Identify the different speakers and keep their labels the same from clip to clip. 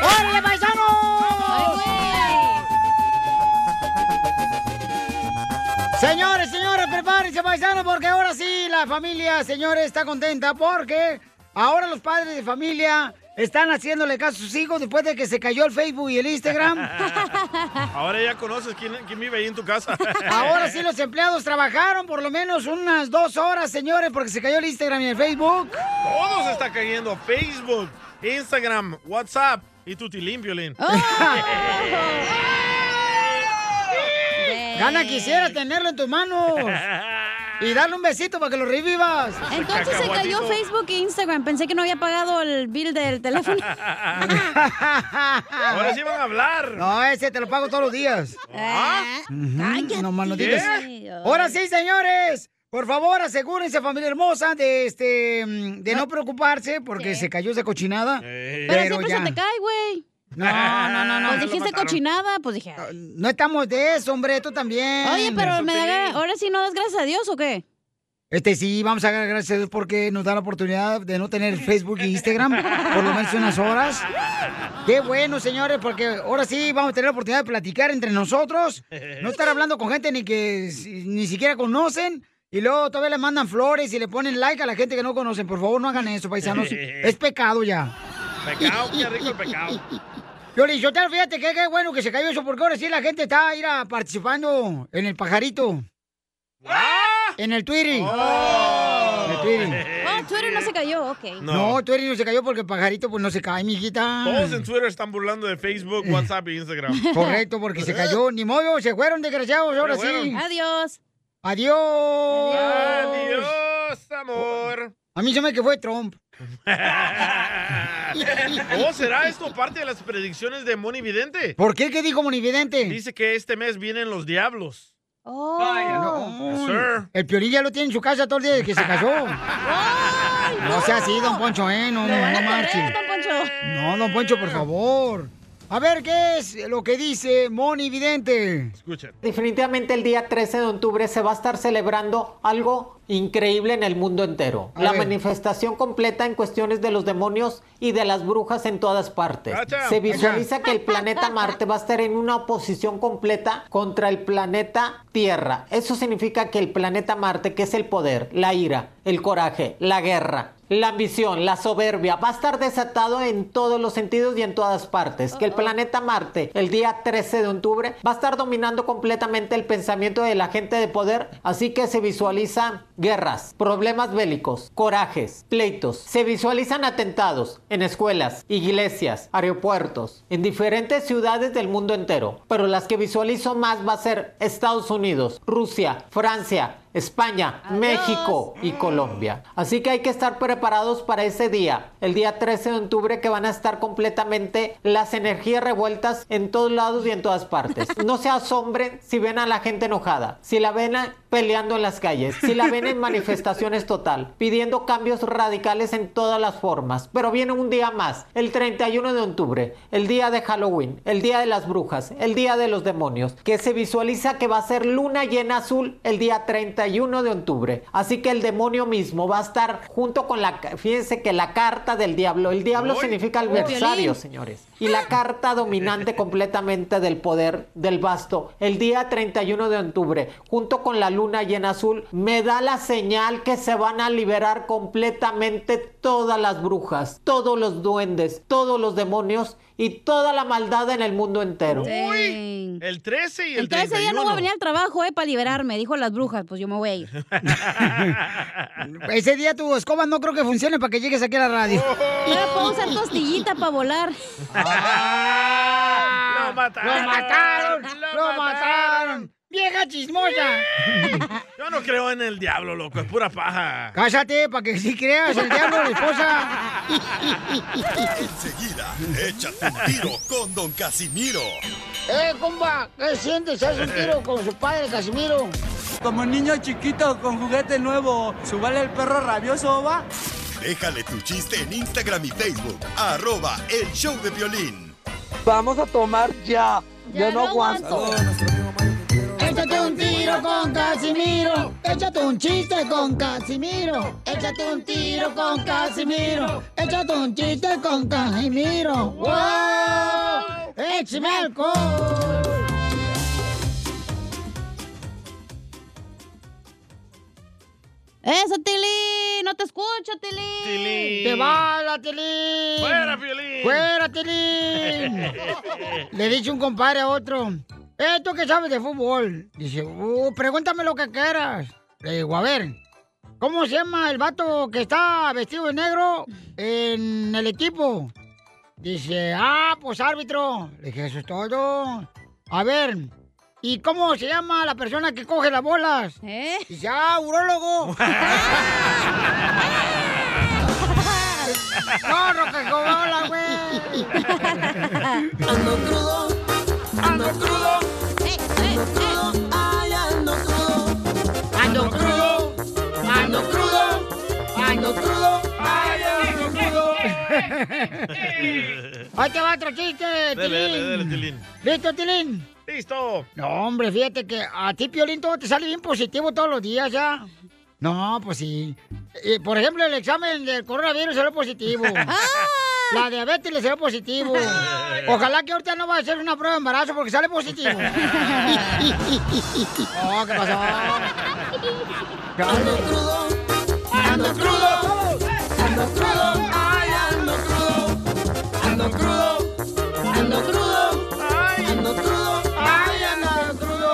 Speaker 1: ¡Órale, paisano! Señores, señores, prepárense, paisano, porque ahora sí la familia, señores, está contenta porque ahora los padres de familia están haciéndole caso a sus hijos después de que se cayó el Facebook y el Instagram.
Speaker 2: Ahora ya conoces quién, quién vive ahí en tu casa.
Speaker 1: Ahora sí los empleados trabajaron por lo menos unas dos horas, señores, porque se cayó el Instagram y el Facebook.
Speaker 2: Todo se está cayendo. Facebook, Instagram, WhatsApp y tu Violín.
Speaker 1: Ah. Gana quisiera tenerlo en tus manos y darle un besito para que lo revivas.
Speaker 3: Entonces se cayó Facebook e Instagram. Pensé que no había pagado el bill del teléfono.
Speaker 1: Ahora
Speaker 2: sí van a hablar.
Speaker 1: No, ese te lo pago todos los días. Ujú, No más no
Speaker 3: Ah. ¿Qué?
Speaker 1: digas. Ahora sí, señores. Por favor, asegúrense, familia hermosa, de este mm, de no, preocuparse porque se cayó esa cochinada.
Speaker 3: Pero,
Speaker 1: Pero
Speaker 3: siempre
Speaker 1: ya.
Speaker 3: se te cae, güey.
Speaker 1: No, no, no, no.
Speaker 3: Pues dijiste cochinada, pues dije. ay.
Speaker 1: No estamos de eso, hombre, tú también.
Speaker 3: Oye, pero me da, ahora sí no das gracias a Dios o qué?
Speaker 1: Este sí, vamos a dar gracias a Dios porque nos da la oportunidad de no tener Facebook e Instagram por lo menos unas horas. Qué bueno, señores, porque ahora sí vamos a tener la oportunidad de platicar entre nosotros, no estar hablando con gente ni que si- ni siquiera conocen. Y luego todavía le mandan flores y le ponen like a la gente que no conocen. Por favor, no hagan eso, paisanos. Es pecado ya.
Speaker 2: Pecado, qué rico el pecado.
Speaker 1: Yoli, yo te fíjate que qué bueno que se cayó eso, porque ahora sí la gente está ir a, participando en el pajarito.
Speaker 2: ¿Ah?
Speaker 1: En el Twitter.
Speaker 2: Oh.
Speaker 1: En el Twitter.
Speaker 3: Ah, Twitter no se cayó, ok.
Speaker 1: Eh, No, Twitter no se cayó porque el pajarito pues no se cae, mijita.
Speaker 2: Todos en Twitter están burlando de Facebook, WhatsApp y Instagram.
Speaker 1: Correcto, porque se cayó. Ni modo, se fueron desgraciados, ahora
Speaker 2: Se
Speaker 1: sí.
Speaker 2: fueron.
Speaker 1: Adiós. Adiós.
Speaker 2: Adiós, amor.
Speaker 1: A mí se me que fue Trump.
Speaker 2: ¿O Oh, será esto parte de las predicciones de Moni Vidente?
Speaker 1: ¿Por qué? ¿Qué dijo Monividente?
Speaker 2: Dice que este mes vienen los diablos.
Speaker 3: Oh.
Speaker 1: No.
Speaker 2: Sir.
Speaker 1: El Piolín ya lo tiene en su casa todo el día desde que se casó. No sea así, don Poncho, ¿eh? No, no, no marche. No, don Poncho, por favor. A ver, ¿qué es lo que dice Moni Vidente?
Speaker 2: Escuchen.
Speaker 4: Definitivamente el día 13 de octubre se va a estar celebrando algo increíble en el mundo entero.
Speaker 1: A
Speaker 4: la
Speaker 1: ver.
Speaker 4: manifestación completa en cuestiones de los demonios y de las brujas en todas partes.
Speaker 5: Cacha.
Speaker 4: Se visualiza que el planeta Marte va a estar en una oposición completa contra el planeta Tierra. Eso significa que el planeta Marte, que es el poder, la ira, el coraje, la guerra, la ambición, la soberbia, va a estar desatado en todos los sentidos y en todas partes. Que el planeta Marte, el día 13 de octubre, va a estar dominando completamente el pensamiento de la gente de poder. Así que se visualizan guerras, problemas bélicos, corajes, pleitos. Se visualizan atentados en escuelas, iglesias, aeropuertos, en diferentes ciudades del mundo entero. Pero las que visualizo más va a ser Estados Unidos, Rusia, Francia, España, México y Colombia. Así que hay que estar preparados para ese día, el día 13 de octubre, que van a estar completamente las energías revueltas en todos lados y en todas partes. No se asombren si ven a la gente enojada, si la ven a- peleando en las calles, si la ven en manifestaciones total, pidiendo cambios radicales en todas las formas. Pero viene un día más, el 31 de octubre, el día de Halloween, el día de las brujas, el día de los demonios, que se visualiza que va a ser luna llena azul el día 30 31 de octubre. Así que el demonio mismo va a estar junto con la... Fíjense que la carta del diablo, el diablo
Speaker 2: Uy.
Speaker 4: significa
Speaker 3: Uy,
Speaker 4: adversario,
Speaker 3: violín.
Speaker 4: señores. Y la carta dominante completamente del poder del basto, el día 31 de octubre, junto con la luna llena azul, me da la señal que se van a liberar completamente todas las brujas, todos los duendes, todos los demonios y toda la maldad en el mundo entero.
Speaker 3: Dang.
Speaker 2: El 13 y el
Speaker 3: Entonces ese
Speaker 2: 31.
Speaker 3: día no voy a venir al trabajo, eh, para liberarme. Dijo las brujas, pues yo me voy a ir.
Speaker 1: Ese día tu escoba no creo que funcione para que llegues aquí a la radio.
Speaker 2: Oh.
Speaker 1: Ah,
Speaker 3: Ahora puedo usar costillita para volar.
Speaker 2: ¡Lo mataron!
Speaker 1: ¡Lo mataron! ¡Lo mataron! ¡Vieja chismosa!
Speaker 2: Yo no creo en el diablo, loco. Es pura paja.
Speaker 1: Cásate para que si creas el diablo de esposa.
Speaker 5: Enseguida, échate un tiro con Don Casimiro.
Speaker 1: ¡Eh, comba! ¿Qué sientes? ¿Haz un tiro con su padre, Casimiro?
Speaker 6: Como niño chiquito con juguete nuevo, ¿subale el perro rabioso va?
Speaker 5: Déjale tu chiste en Instagram y Facebook. Arroba el show de violín.
Speaker 6: Vamos a tomar ya.
Speaker 3: Ya no aguanto.
Speaker 1: Échate un tiro con Casimiro. Échate un chiste con Casimiro. Échate un tiro con Casimiro. Échate un chiste con Casimiro. ¡Wow! ¡Échame alcohol!
Speaker 3: ¡Eso, Tilly! ¡No te escucho, Tilly!
Speaker 2: Tilín.
Speaker 1: ¡Te va la Tilín!
Speaker 2: ¡Fuera, Piolín!
Speaker 1: Mm. ¡Fuera, Tilín! Le dice un compadre a otro. ¿Eh, tú qué sabes de fútbol? Dice, "Uh, pregúntame lo que quieras. Le digo, a ver, ¿cómo se llama el vato que está vestido de negro en el equipo? Dice, ah, pues árbitro. Le dije, eso es todo. A ver, ¿y cómo se llama la persona que coge las bolas?
Speaker 3: ¿Eh?
Speaker 1: Dice, ah, urólogo. no, no, que bola, güey.
Speaker 3: ¡Eh, eh, eh!
Speaker 1: Ando crudo, ando crudo, ando crudo, ay, ando crudo. Ahí te va otro chiste,
Speaker 2: Dele, dele, dele,
Speaker 1: Tilín.
Speaker 2: Tilín.
Speaker 1: ¿Listo, Tilín?
Speaker 2: ¡Listo!
Speaker 1: No, hombre, fíjate que a ti, Piolín, todo te sale bien positivo todos los días ya. No, pues sí. Eh, por ejemplo, el examen del coronavirus salió positivo. La diabetes le salió positivo. Ojalá que ahorita no va a ser una prueba de embarazo porque sale positivo. oh, ¿qué pasó? Ando crudo, ando crudo, ando crudo, ay, ando crudo, ando crudo, ando crudo, ay, ando crudo, ay, ando crudo.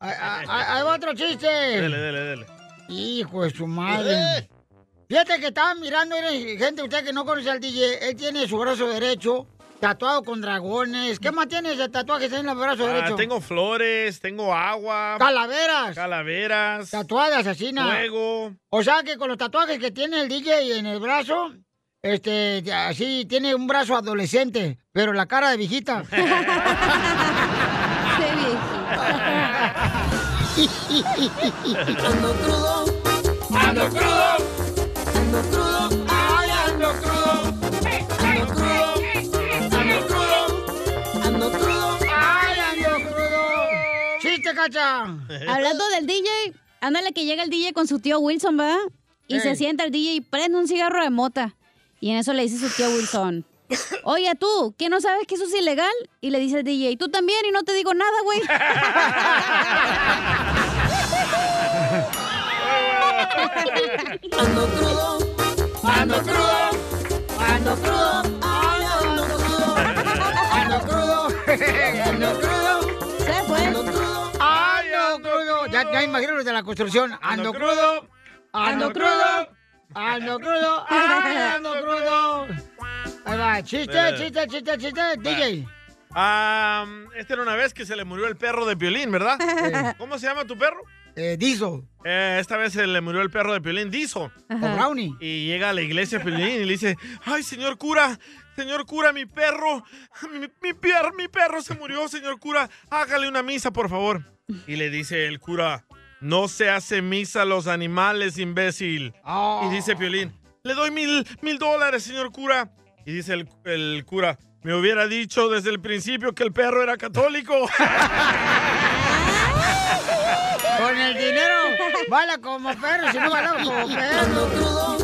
Speaker 1: Ay, ay, ay, Ahí va otro chiste.
Speaker 2: Dele, dele, dele. Eh.
Speaker 1: Hijo de su madre. Fíjate que estaba mirando, mire, gente, usted que no conoce al DJ, él tiene su brazo derecho tatuado con dragones. ¿Qué más tienes de tatuajes en el brazo
Speaker 2: Mm. Ah,
Speaker 1: derecho?
Speaker 2: tengo flores, tengo agua,
Speaker 1: Calaveras,
Speaker 2: calaveras,
Speaker 1: tatuadas asesinas.
Speaker 2: fuego.
Speaker 1: O sea que con los tatuajes que tiene el DJ en el brazo, este, ya, así tiene un brazo adolescente, pero la cara de viejita.
Speaker 3: ¡Qué viejito!
Speaker 1: ando crudo, ando crudo, ay, ando crudo, ando crudo, ando crudo, ando crudo, ay, ando crudo. ¡Chiste, cacha!
Speaker 3: Hablando del DJ, ándale que llega el DJ con su tío Wilson, ¿verdad? Y
Speaker 1: Ey.
Speaker 3: se sienta el DJ y prende un cigarro de mota. Y en eso le dice su tío Wilson. Oye, tú, ¿qué no sabes que eso es ilegal? Y le dice el DJ, tú también, y no te digo nada, güey.
Speaker 1: Ando crudo, ando crudo, ay, ando crudo, ando crudo, ando crudo,
Speaker 3: Se fue.
Speaker 1: ay, ando crudo. Ya, ya imagino los de la construcción. Ando crudo, ando crudo, ando crudo, ay, ando crudo. Ahí va, chiste, chiste, chiste, chiste, DJ.
Speaker 2: Ah, esta era una vez que se le murió el perro de Piolín, ¿verdad? ¿Cómo se llama tu perro?
Speaker 1: Eh, Diesel,
Speaker 2: Eh, esta vez se le murió el perro de Piolín, Dizo.
Speaker 1: o Brownie.
Speaker 2: Y llega a la iglesia Piolín y le dice, ay, señor cura, señor cura, mi perro, mi, mi, pier- mi perro se murió, señor cura, hágale una misa, por favor. Y le dice el cura, no se hace misa a los animales, imbécil.
Speaker 1: Oh.
Speaker 2: Y dice Piolín, le doy mil, mil dólares, señor cura. Y dice el, el cura, me hubiera dicho desde el principio que el perro era católico.
Speaker 1: Con el dinero baila como perro, si no bailaba como perro. Ando crudo,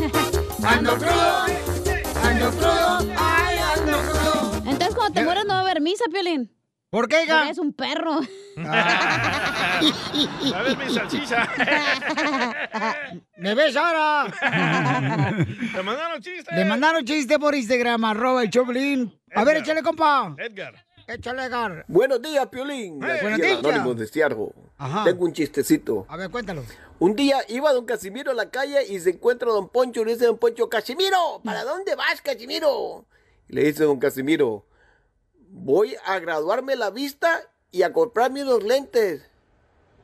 Speaker 1: ando crudo, ando crudo, ay, ando crudo.
Speaker 3: Entonces, cuando te mueras, no va a haber misa, Piolín.
Speaker 1: ¿Por qué, hija?
Speaker 3: Porque eres un perro.
Speaker 2: A ver, mi salchicha.
Speaker 1: ¿Me ves ahora?
Speaker 2: Te mandaron chistes.
Speaker 1: Le mandaron chiste por Instagram, arroba el Choplin. A ver, échale, compa.
Speaker 2: Edgar.
Speaker 1: Échale, Edgar.
Speaker 7: Buenos días, Piolín. Aquí
Speaker 1: buenos
Speaker 7: el
Speaker 1: días.
Speaker 7: Anónimo de Ciargo.
Speaker 1: Ajá.
Speaker 7: Tengo un chistecito.
Speaker 1: A ver, cuéntalo.
Speaker 7: Un día iba don Casimiro a la calle y se encuentra don Poncho y le dice don Poncho, Casimiro, ¿para dónde vas, Casimiro? Y le dice don Casimiro, voy a graduarme la vista y a comprarme unos lentes.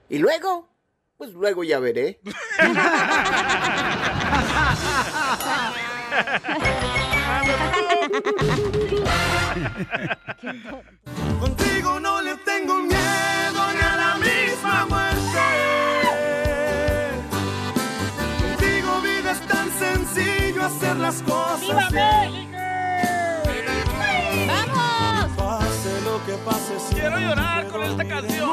Speaker 7: ¿Y luego? Pues luego ya veré.
Speaker 6: Contigo no le tengo miedo ni a la misma muerte. Contigo vida es tan sencillo hacer las cosas.
Speaker 3: ¡Vamos!
Speaker 6: Pase lo que pase,
Speaker 2: Quiero llorar con esta canción.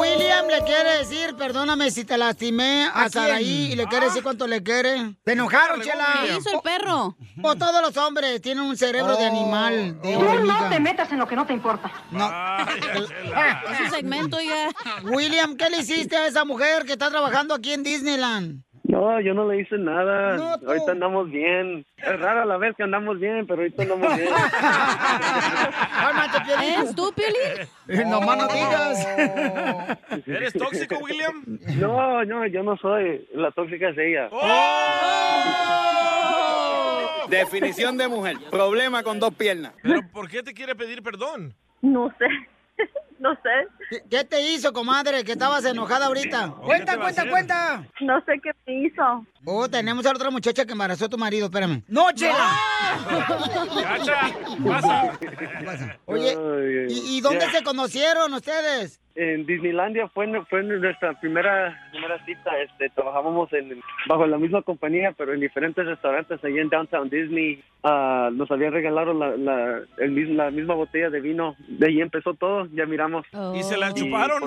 Speaker 1: William le quiere decir, perdóname si te lastimé a Saraí y le quiere
Speaker 8: Ah.
Speaker 1: decir cuánto le quiere. Te enojaron, chela.
Speaker 3: ¿Qué hizo el perro?
Speaker 1: O todos los hombres tienen un cerebro de animal, de hormiga.
Speaker 8: metas en lo que no Oh. te importa.
Speaker 3: Es su segmento ya.
Speaker 1: William, ¿qué le hiciste a esa mujer que está trabajando aquí en Disneyland?
Speaker 9: No, yo no le hice nada.
Speaker 1: No, tú.
Speaker 9: ahorita andamos bien. Es rara la vez que andamos bien, pero ahorita andamos bien.
Speaker 1: Cálmate,
Speaker 3: ¿Es tú, Piolín?
Speaker 1: Piolín. Eh, Nomás no digas.
Speaker 2: ¿Eres tóxico, William?
Speaker 9: No, no, yo no soy. La tóxica es ella.
Speaker 2: ¡Oh!
Speaker 6: Definición de mujer. Problema con dos piernas.
Speaker 2: ¿Pero por qué te quiere pedir perdón?
Speaker 8: No sé. No sé.
Speaker 1: ¿Qué- ¿Qué te hizo, comadre, que estabas enojada ahorita? Cuenta,
Speaker 2: te va a
Speaker 1: cuenta,
Speaker 2: hacer?
Speaker 1: cuenta.
Speaker 8: No sé qué me hizo.
Speaker 1: Oh, tenemos a la otra muchacha que embarazó a tu marido, espérame. ¡No, chela!
Speaker 2: ¡Cacha! ¡Pasa!
Speaker 1: Oye,
Speaker 9: Ay,
Speaker 1: ¿y, y dónde
Speaker 9: ya.
Speaker 1: se conocieron ustedes?
Speaker 9: En Disneylandia fue, fue nuestra primera primera cita. Este, trabajábamos en, bajo la misma compañía, pero en diferentes restaurantes allí en Downtown Disney. Ah, nos habían regalado la, la, el mis- la misma botella de vino. De ahí empezó todo. Ya miramos. pues,
Speaker 2: ¿Y se la
Speaker 3: Oh.
Speaker 2: chuparon?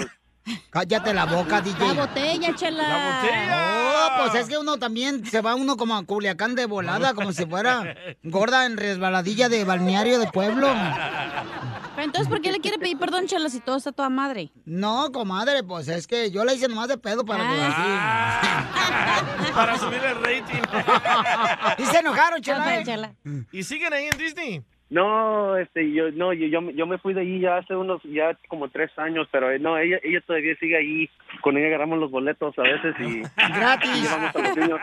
Speaker 1: Cállate la boca, DJ.
Speaker 3: La botella, chela.
Speaker 2: ¡La
Speaker 1: Oh,
Speaker 2: botella!
Speaker 1: pues es que uno también se va uno como a Culiacán de volada, como si fuera gorda en resbaladilla de balneario de pueblo.
Speaker 3: Pero entonces, ¿por qué le quiere pedir perdón, chela, si todo está toda madre?
Speaker 1: No, comadre, pues es que yo la hice nomás de pedo para que
Speaker 2: Ah, para subir el rating.
Speaker 1: así. Y se enojaron, chela.
Speaker 3: Chela,
Speaker 1: ¿eh?
Speaker 3: chela.
Speaker 2: ¿Y siguen ahí en Disney?
Speaker 9: No, este, yo, no, yo, yo, me- yo me fui de allí ya hace unos, ya como tres años, pero eh, no, ella, ella todavía sigue allí. Con ella agarramos los boletos a veces y, y
Speaker 1: Gratis.
Speaker 9: llevamos a los niños.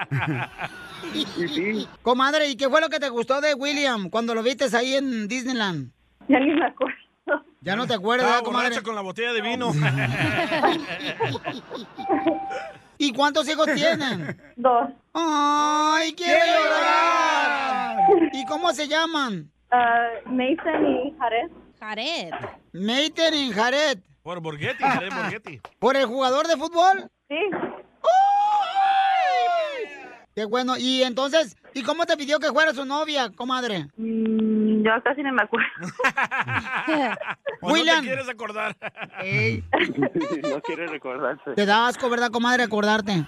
Speaker 9: Y sí,
Speaker 1: Comadre, ¿y qué fue lo que te gustó de William cuando lo viste ahí en Disneyland?
Speaker 8: Ya ni me acuerdo.
Speaker 1: Ya no te acuerdas,
Speaker 2: Estaba
Speaker 1: ¿verdad, comadre.
Speaker 2: borracha con la botella de vino.
Speaker 1: ¿Y cuántos hijos tienen?
Speaker 8: Dos.
Speaker 1: ¡Ay, quiero llorar! ¿Y cómo se llaman?
Speaker 8: Ah, Mason y Jared.
Speaker 3: Jared.
Speaker 1: Nathan y Jared.
Speaker 2: Por Borghetti, Jared Borghetti.
Speaker 1: ¿Por el jugador de fútbol?
Speaker 8: Sí.
Speaker 1: Qué bueno. Y entonces, ¿y cómo te pidió que fuera su novia, comadre?
Speaker 8: Mm, yo casi no me acuerdo.
Speaker 2: ¿O Pues no
Speaker 1: William.
Speaker 2: te quieres acordar?
Speaker 9: no quiere recordarse.
Speaker 1: Te da asco, ¿verdad, comadre, acordarte?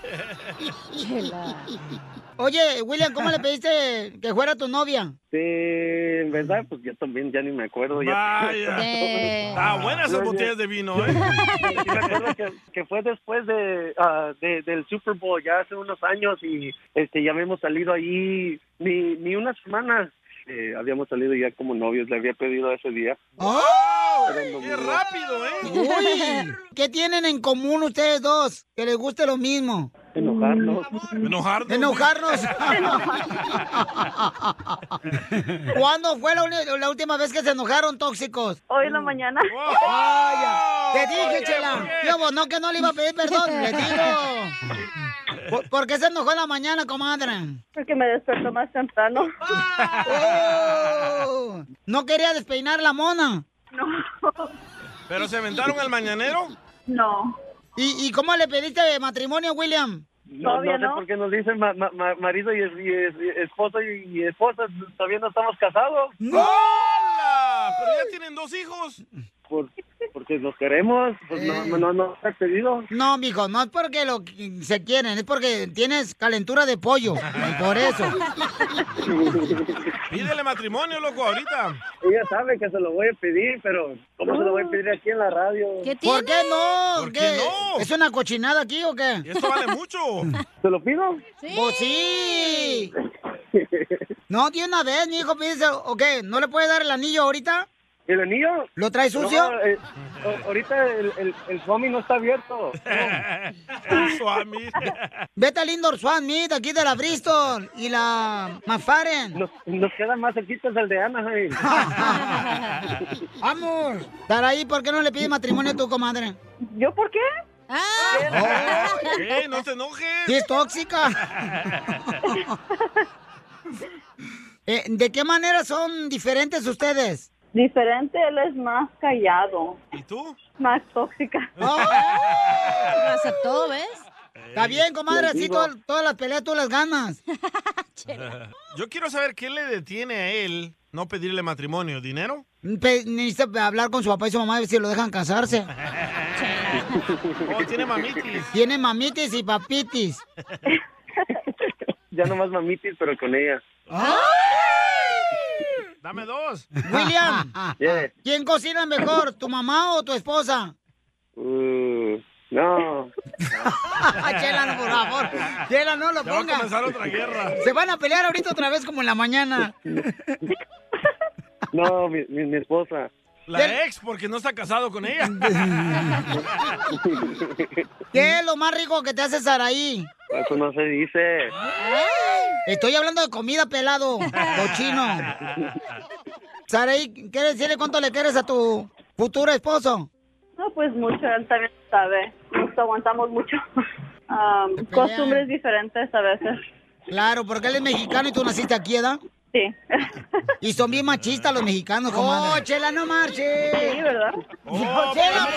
Speaker 3: Chela.
Speaker 1: Oye, William, ¿cómo le pediste que fuera tu novia?
Speaker 9: Sí, en verdad, pues yo también ya ni me acuerdo. Ya,
Speaker 2: Vaya.
Speaker 3: Eh,
Speaker 2: Ah, buenas esas
Speaker 9: No, yo-
Speaker 2: botellas de vino, ¿eh?
Speaker 9: Sí me acuerdo que, que fue después de, ah, de- del Super Bowl, ya hace unos años y este, ya habíamos salido allí ni, ni una semana. Eh, habíamos salido ya como novios, le había pedido ese día.
Speaker 1: ¡Oh!
Speaker 9: Pero no
Speaker 2: ¡Qué
Speaker 9: me-
Speaker 2: rápido, eh!
Speaker 1: ¡Uy! ¿Qué tienen en común ustedes dos? Que les guste lo mismo.
Speaker 9: enojarnos.
Speaker 2: Enojarnos.
Speaker 1: Enojarnos. ¿Cuándo fue la, uni- la última vez que se enojaron tóxicos?
Speaker 8: Hoy en la mañana.
Speaker 2: ¡Oh!
Speaker 1: Vaya. Te
Speaker 2: ¿Por
Speaker 1: dije,
Speaker 2: qué? ¿Por
Speaker 1: Chela.
Speaker 2: qué?
Speaker 1: Yo, vos, no, que no le iba a pedir perdón. Le digo. ¿Por, por qué se enojó en la mañana, comadre?
Speaker 8: Porque me despertó más temprano.
Speaker 1: Oh, No quería despeinar la mona.
Speaker 8: No.
Speaker 2: ¿Pero se aventaron al mañanero?
Speaker 8: No.
Speaker 1: ¿Y, y cómo le pediste matrimonio, William?
Speaker 9: No, no
Speaker 8: Todavía
Speaker 9: sé
Speaker 8: no.
Speaker 9: por qué nos dicen ma- ma- ma- marido y, es- y es- y esposo y, y esposa, todavía no estamos casados.
Speaker 2: ¡Hola! ¿Pero ya tienen dos hijos?
Speaker 9: por, porque nos queremos, pues no, no, no, no he pedido.
Speaker 1: Eh. No, mijo, no es porque lo se quieren, es porque tienes calentura de pollo. y por eso.
Speaker 2: Pídele matrimonio, loco, ahorita.
Speaker 9: Ella sabe que se lo voy a pedir, pero ¿cómo se lo voy a pedir aquí en la radio?
Speaker 1: ¿Por qué no?
Speaker 9: ¿Por qué
Speaker 1: no? ¿Es una cochinada aquí o qué?
Speaker 9: Esto vale
Speaker 2: mucho.
Speaker 9: ¿Se lo pido?
Speaker 1: Pues sí. No, de una vez, mi hijo, pídese, ¿o qué? ¿No le puede dar el anillo ahorita?
Speaker 9: ¿El anillo?
Speaker 1: ¿Lo trae sucio?
Speaker 9: No, eh, a- ahorita el, el, el Swami no está abierto.
Speaker 1: Vete al Indoor Swan Meet, aquí de la Bristol y la McFarren.
Speaker 9: Nos, queda más cerquita el de Anaheim.
Speaker 1: Amor, Saraí, ¿por qué no le pides matrimonio a tu comadre?
Speaker 8: ¿Yo por qué?
Speaker 1: ¡Ah!
Speaker 2: ¿Qué? No te enojes.
Speaker 1: Sí, es tóxica. Eh, ¿De qué manera son diferentes ustedes?
Speaker 8: Diferente, él es más callado.
Speaker 2: ¿Y tú?
Speaker 8: Más tóxica.
Speaker 1: Oh.
Speaker 3: Pasa todo, ¿ves?
Speaker 2: Eh.
Speaker 1: Está bien, comadre, así
Speaker 2: Lo digo.
Speaker 1: to- todas las peleas tú las ganas.
Speaker 2: Yo quiero saber qué le detiene a él no pedirle matrimonio. ¿Dinero?
Speaker 1: Pe- Necesita hablar con su papá y su mamá a ver si lo dejan casarse.
Speaker 2: oh, tiene mamitis.
Speaker 1: Tiene mamitis y papitis.
Speaker 9: ya nomás mamitis, pero con ella.
Speaker 2: Dame dos.
Speaker 1: William,
Speaker 9: Yeah.
Speaker 1: ¿quién cocina mejor, tu mamá o tu esposa?
Speaker 9: Uh, no.
Speaker 1: Chela, por favor. Chela, no lo
Speaker 9: Ya va a
Speaker 1: pongas.
Speaker 9: comenzar otra guerra.
Speaker 1: Se van a pelear ahorita otra vez como en la mañana.
Speaker 9: No, mi, mi, mi esposa. E?
Speaker 2: La ex, porque no está casado con ella.
Speaker 1: ¿Qué es lo más rico que te hace Saraí?
Speaker 9: Eso no se dice.
Speaker 1: Estoy hablando de comida pelado, cochino. Saraí, ¿quieres decirle cuánto le quieres a tu futuro esposo?
Speaker 8: No, pues mucho, él también sabe. Nos aguantamos mucho. Am, costumbres diferentes a veces.
Speaker 1: Claro, porque él es mexicano y tú naciste aquí, ¿verdad?
Speaker 8: Sí.
Speaker 1: Y son bien machistas los mexicanos, comadre. ¡Oh, Chela, no marches! Sí,
Speaker 8: ¿verdad?
Speaker 1: ¡No, Chela!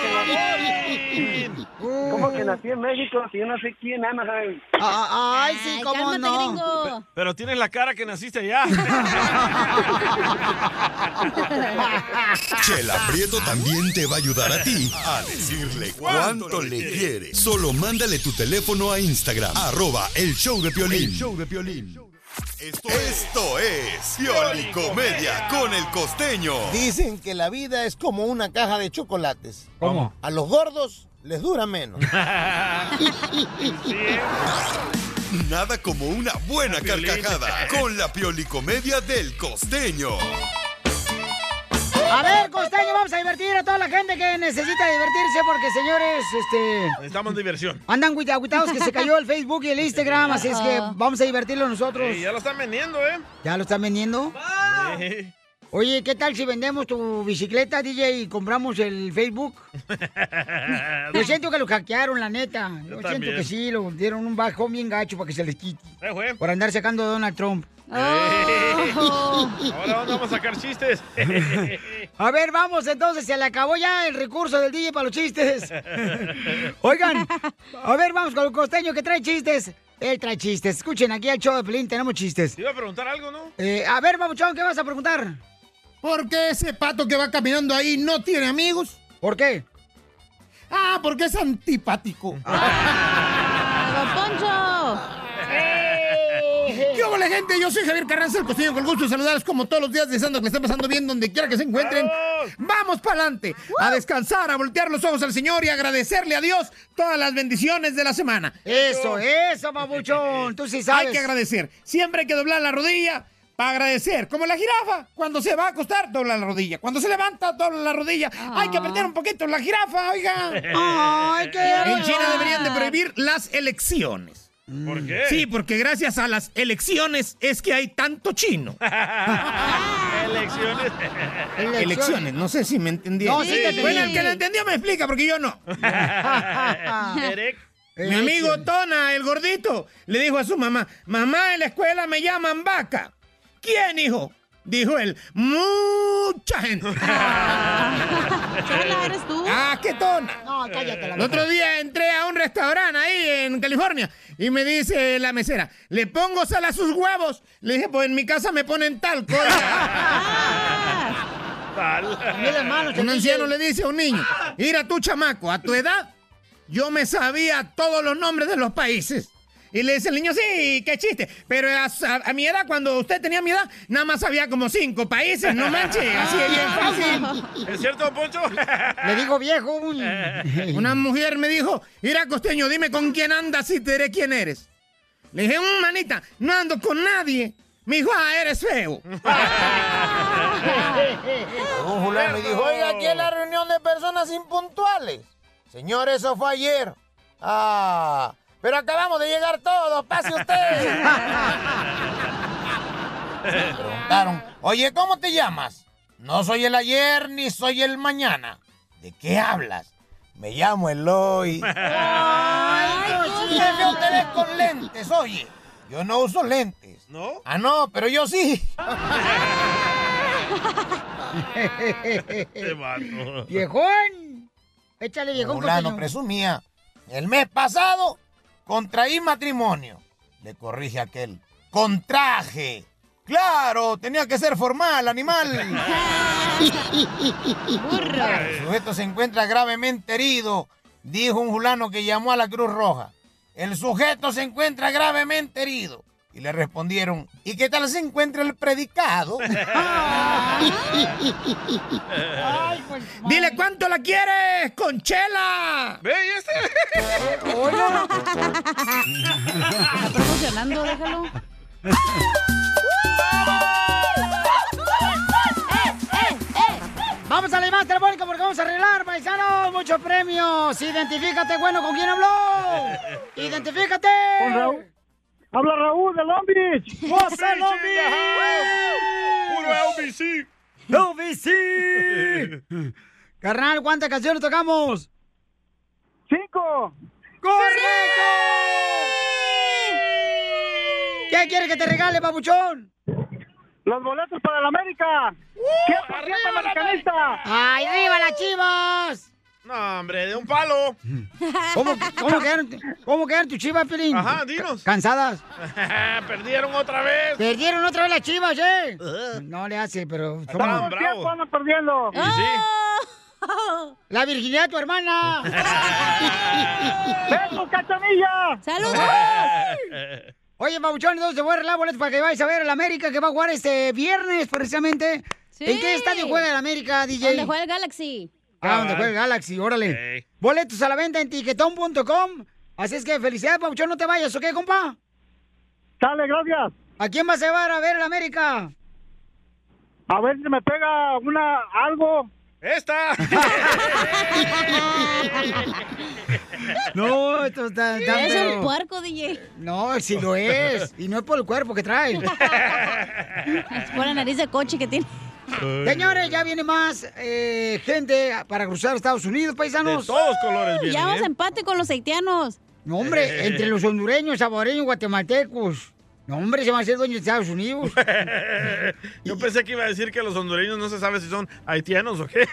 Speaker 9: ¿Cómo que nací en México si yo nací aquí en Anaheim?
Speaker 1: Ah, Ay, sí, cómo no.
Speaker 2: Pero tienes la cara que naciste allá.
Speaker 5: Chela Prieto también te va a ayudar a ti a decirle cuánto le quiere. Solo mándale tu teléfono a Instagram, arroba el show de Piolín.
Speaker 10: El show
Speaker 5: de Esto, esto es Pioli Comedia con el costeño.
Speaker 10: Dicen que la vida es como una caja de chocolates.
Speaker 5: ¿Cómo?
Speaker 10: A los gordos les dura menos.
Speaker 5: Nada como una buena carcajada con la Pioli Comedia del costeño.
Speaker 1: A ver, Costeño, vamos a divertir a toda la gente que necesita divertirse porque, señores, este...
Speaker 2: Necesitamos diversión.
Speaker 1: Andan agüita- agüitados que se cayó el Facebook y el Instagram, así es que
Speaker 2: Ajá.
Speaker 1: vamos a divertirlo nosotros.
Speaker 2: Ey, ya lo están vendiendo, ¿eh?
Speaker 1: ¿Ya lo están vendiendo?
Speaker 2: Sí.
Speaker 1: Oye, ¿qué tal si vendemos tu bicicleta, DJ, y compramos el Facebook? Yo siento que lo hackearon, la neta. Yo, siento
Speaker 2: también.
Speaker 1: que sí, lo dieron un bajón bien gacho para que se les quite.
Speaker 2: Eh, güey.
Speaker 1: Por andar sacando a Donald Trump.
Speaker 2: Ey. Ahora ¿dónde vamos a sacar chistes.
Speaker 1: A ver, vamos entonces, se le acabó ya el recurso del DJ para los chistes. Oigan, a ver, vamos con el costeño que trae chistes. Él trae chistes. Escuchen, aquí al show de Pelín tenemos chistes.
Speaker 2: Te iba a preguntar algo, ¿no?
Speaker 1: Eh, a ver, Mamuchón, ¿qué vas a preguntar?
Speaker 10: ¿Por qué ese pato que va caminando ahí no tiene amigos?
Speaker 1: ¿Por qué?
Speaker 10: Ah, porque es antipático.
Speaker 1: Ah,
Speaker 10: ¿Qué hola, gente? Yo soy Javier Carranza, el costeño, con el gusto de saludarles como todos los días, deseando que le estén pasando bien donde quiera que se encuentren. ¡Vamos para adelante! A descansar, a voltear los ojos al Señor y agradecerle a Dios todas las bendiciones de la semana.
Speaker 1: Eso, eso, babuchón. Tú sí
Speaker 10: sabes. Hay que agradecer. Siempre hay que doblar la rodilla para agradecer. Como la jirafa, cuando se va a acostar, dobla la rodilla. Cuando se levanta, dobla la rodilla. Hay
Speaker 1: Ah.
Speaker 10: que apretar un poquito la jirafa, oiga.
Speaker 1: Ay, qué
Speaker 10: En China
Speaker 1: barbaridad.
Speaker 10: deberían de prohibir las elecciones.
Speaker 2: ¿Por qué?
Speaker 10: Sí, porque gracias a las elecciones es que hay tanto chino.
Speaker 2: Elecciones.
Speaker 10: Elecciones. no sé si me entendieron.
Speaker 2: No, sí te entendí.
Speaker 10: bueno, el que lo entendió me explica, porque yo no.
Speaker 2: Derek.
Speaker 10: Mi amigo Tona, el gordito, le dijo a su mamá, mamá, en la escuela me llaman vaca. ¿Quién, hijo? Dijo él, mucha gente.
Speaker 3: Chela, ¿eres tú?
Speaker 10: Ah, qué tona.
Speaker 1: No, cállate
Speaker 10: El otro día entré a un restaurante ahí en California y me dice la mesera, ¿le pongo sal a sus huevos? Le dije, pues en mi casa me ponen tal cosa.
Speaker 2: Mira, hermano,
Speaker 10: Un anciano le dice a un niño, mira tú chamaco, a tu edad yo me sabía todos los nombres de los países. Y le dice el niño, sí, qué chiste. Pero a, a- a mi edad, cuando usted tenía mi edad, nada más había como cinco países, no manches. Así es bien fácil.
Speaker 2: ¿Es cierto, Poncho?
Speaker 10: Le digo viejo. un- Una mujer me dijo, mira costeño, dime con quién andas y te diré quién eres. Le dije, "Mm, manita, no ando con nadie. Me dijo, ah, eres feo.
Speaker 11: Un fulano me dijo, oiga, aquí es la reunión de personas impuntuales. Señor, eso fue ayer. Ah, pero acabamos de llegar todos, pase usted. Me preguntaron, oye, ¿cómo te llamas? No soy el ayer ni soy el mañana. ¿De qué hablas? Me llamo Eloy.
Speaker 10: ¡Ay,
Speaker 11: qué feo te ves con lentes, oye! Yo no uso lentes. ¿No? Ah, no, pero yo sí.
Speaker 2: Este vato.
Speaker 11: ¡Viejón! Échale viejón. Fulano
Speaker 2: costeño.
Speaker 11: presumía. El mes pasado contraí matrimonio. Le corrige aquel. ¡Contraje! ¡Claro! Tenía que ser formal, animal. El sujeto se encuentra gravemente herido, dijo un fulano que llamó a la Cruz Roja. El sujeto se encuentra gravemente herido. Y le respondieron, ¿y qué tal se encuentra el predicado?
Speaker 3: pues.
Speaker 10: Dile cuánto la quieres, Conchela.
Speaker 2: Ve, ¿y este?
Speaker 10: Hola.
Speaker 3: Está promocionando, déjalo.
Speaker 1: Vamos a la llamada telefónica porque vamos a arreglar, paisanos. Muchos premios. Identifícate, bueno, ¿con quién habló? Identifícate.
Speaker 12: Con Raúl. Habla Raúl de Long Beach.
Speaker 1: ¡José Long
Speaker 12: Beach!
Speaker 1: ¡Puro LBC! ¡LBC! Carnal, ¿cuántas canciones tocamos? ¡Cinco! ¡Correcto! ¿Qué quieres que te regale, papuchón? ¡Uh!
Speaker 12: Los boletos para la América.
Speaker 1: ¡Arriba americanista! ¡Ay, arriba las chivas!
Speaker 2: No, hombre, de un palo.
Speaker 1: ¿Cómo, cómo quedaron, cómo quedaron tus chivas, Pelín?
Speaker 2: Ajá, dinos.
Speaker 1: ¿Cansadas?
Speaker 2: Perdieron otra vez.
Speaker 1: Perdieron otra vez las chivas, ¿eh? No le hace, pero...
Speaker 2: Estaban bravos.
Speaker 1: andan perdiendo. La virginidad de tu hermana. ¡Vemos, cachanilla! Oye, Pabuchón, entonces te voy a arreglar boletos para que vayas a ver el América que va a jugar este viernes, precisamente. ¿En qué estadio juega el América, DJ?
Speaker 3: ¿Dónde juega el Galaxy?
Speaker 1: Ah, donde juega el Galaxy, órale. Boletos a la venta en tiquetón.com. Así es que felicidades, Pabuchón, no te vayas, ¿ok, compa? Dale, gracias. ¿A quién vas a llevar a ver el América?
Speaker 12: A ver si me pega una algo.
Speaker 2: Esta.
Speaker 1: No, esto está... está
Speaker 3: Eres
Speaker 1: feo.
Speaker 3: un puerco, DJ.
Speaker 1: No, si lo es. Y no es por el cuerpo que trae.
Speaker 3: Es por la nariz de coche que tiene.
Speaker 1: Señores, ya viene más eh, gente para cruzar Estados Unidos, paisanos.
Speaker 3: De todos colores vienen, Ya vamos ¿eh? empate con los haitianos.
Speaker 1: No,
Speaker 2: Eh.
Speaker 1: hombre, entre los hondureños, saboreños, guatemaltecos. No, hombre, se van a hacer dueños de Estados Unidos.
Speaker 2: Yo pensé que iba a decir que los hondureños no se sabe si son haitianos o qué.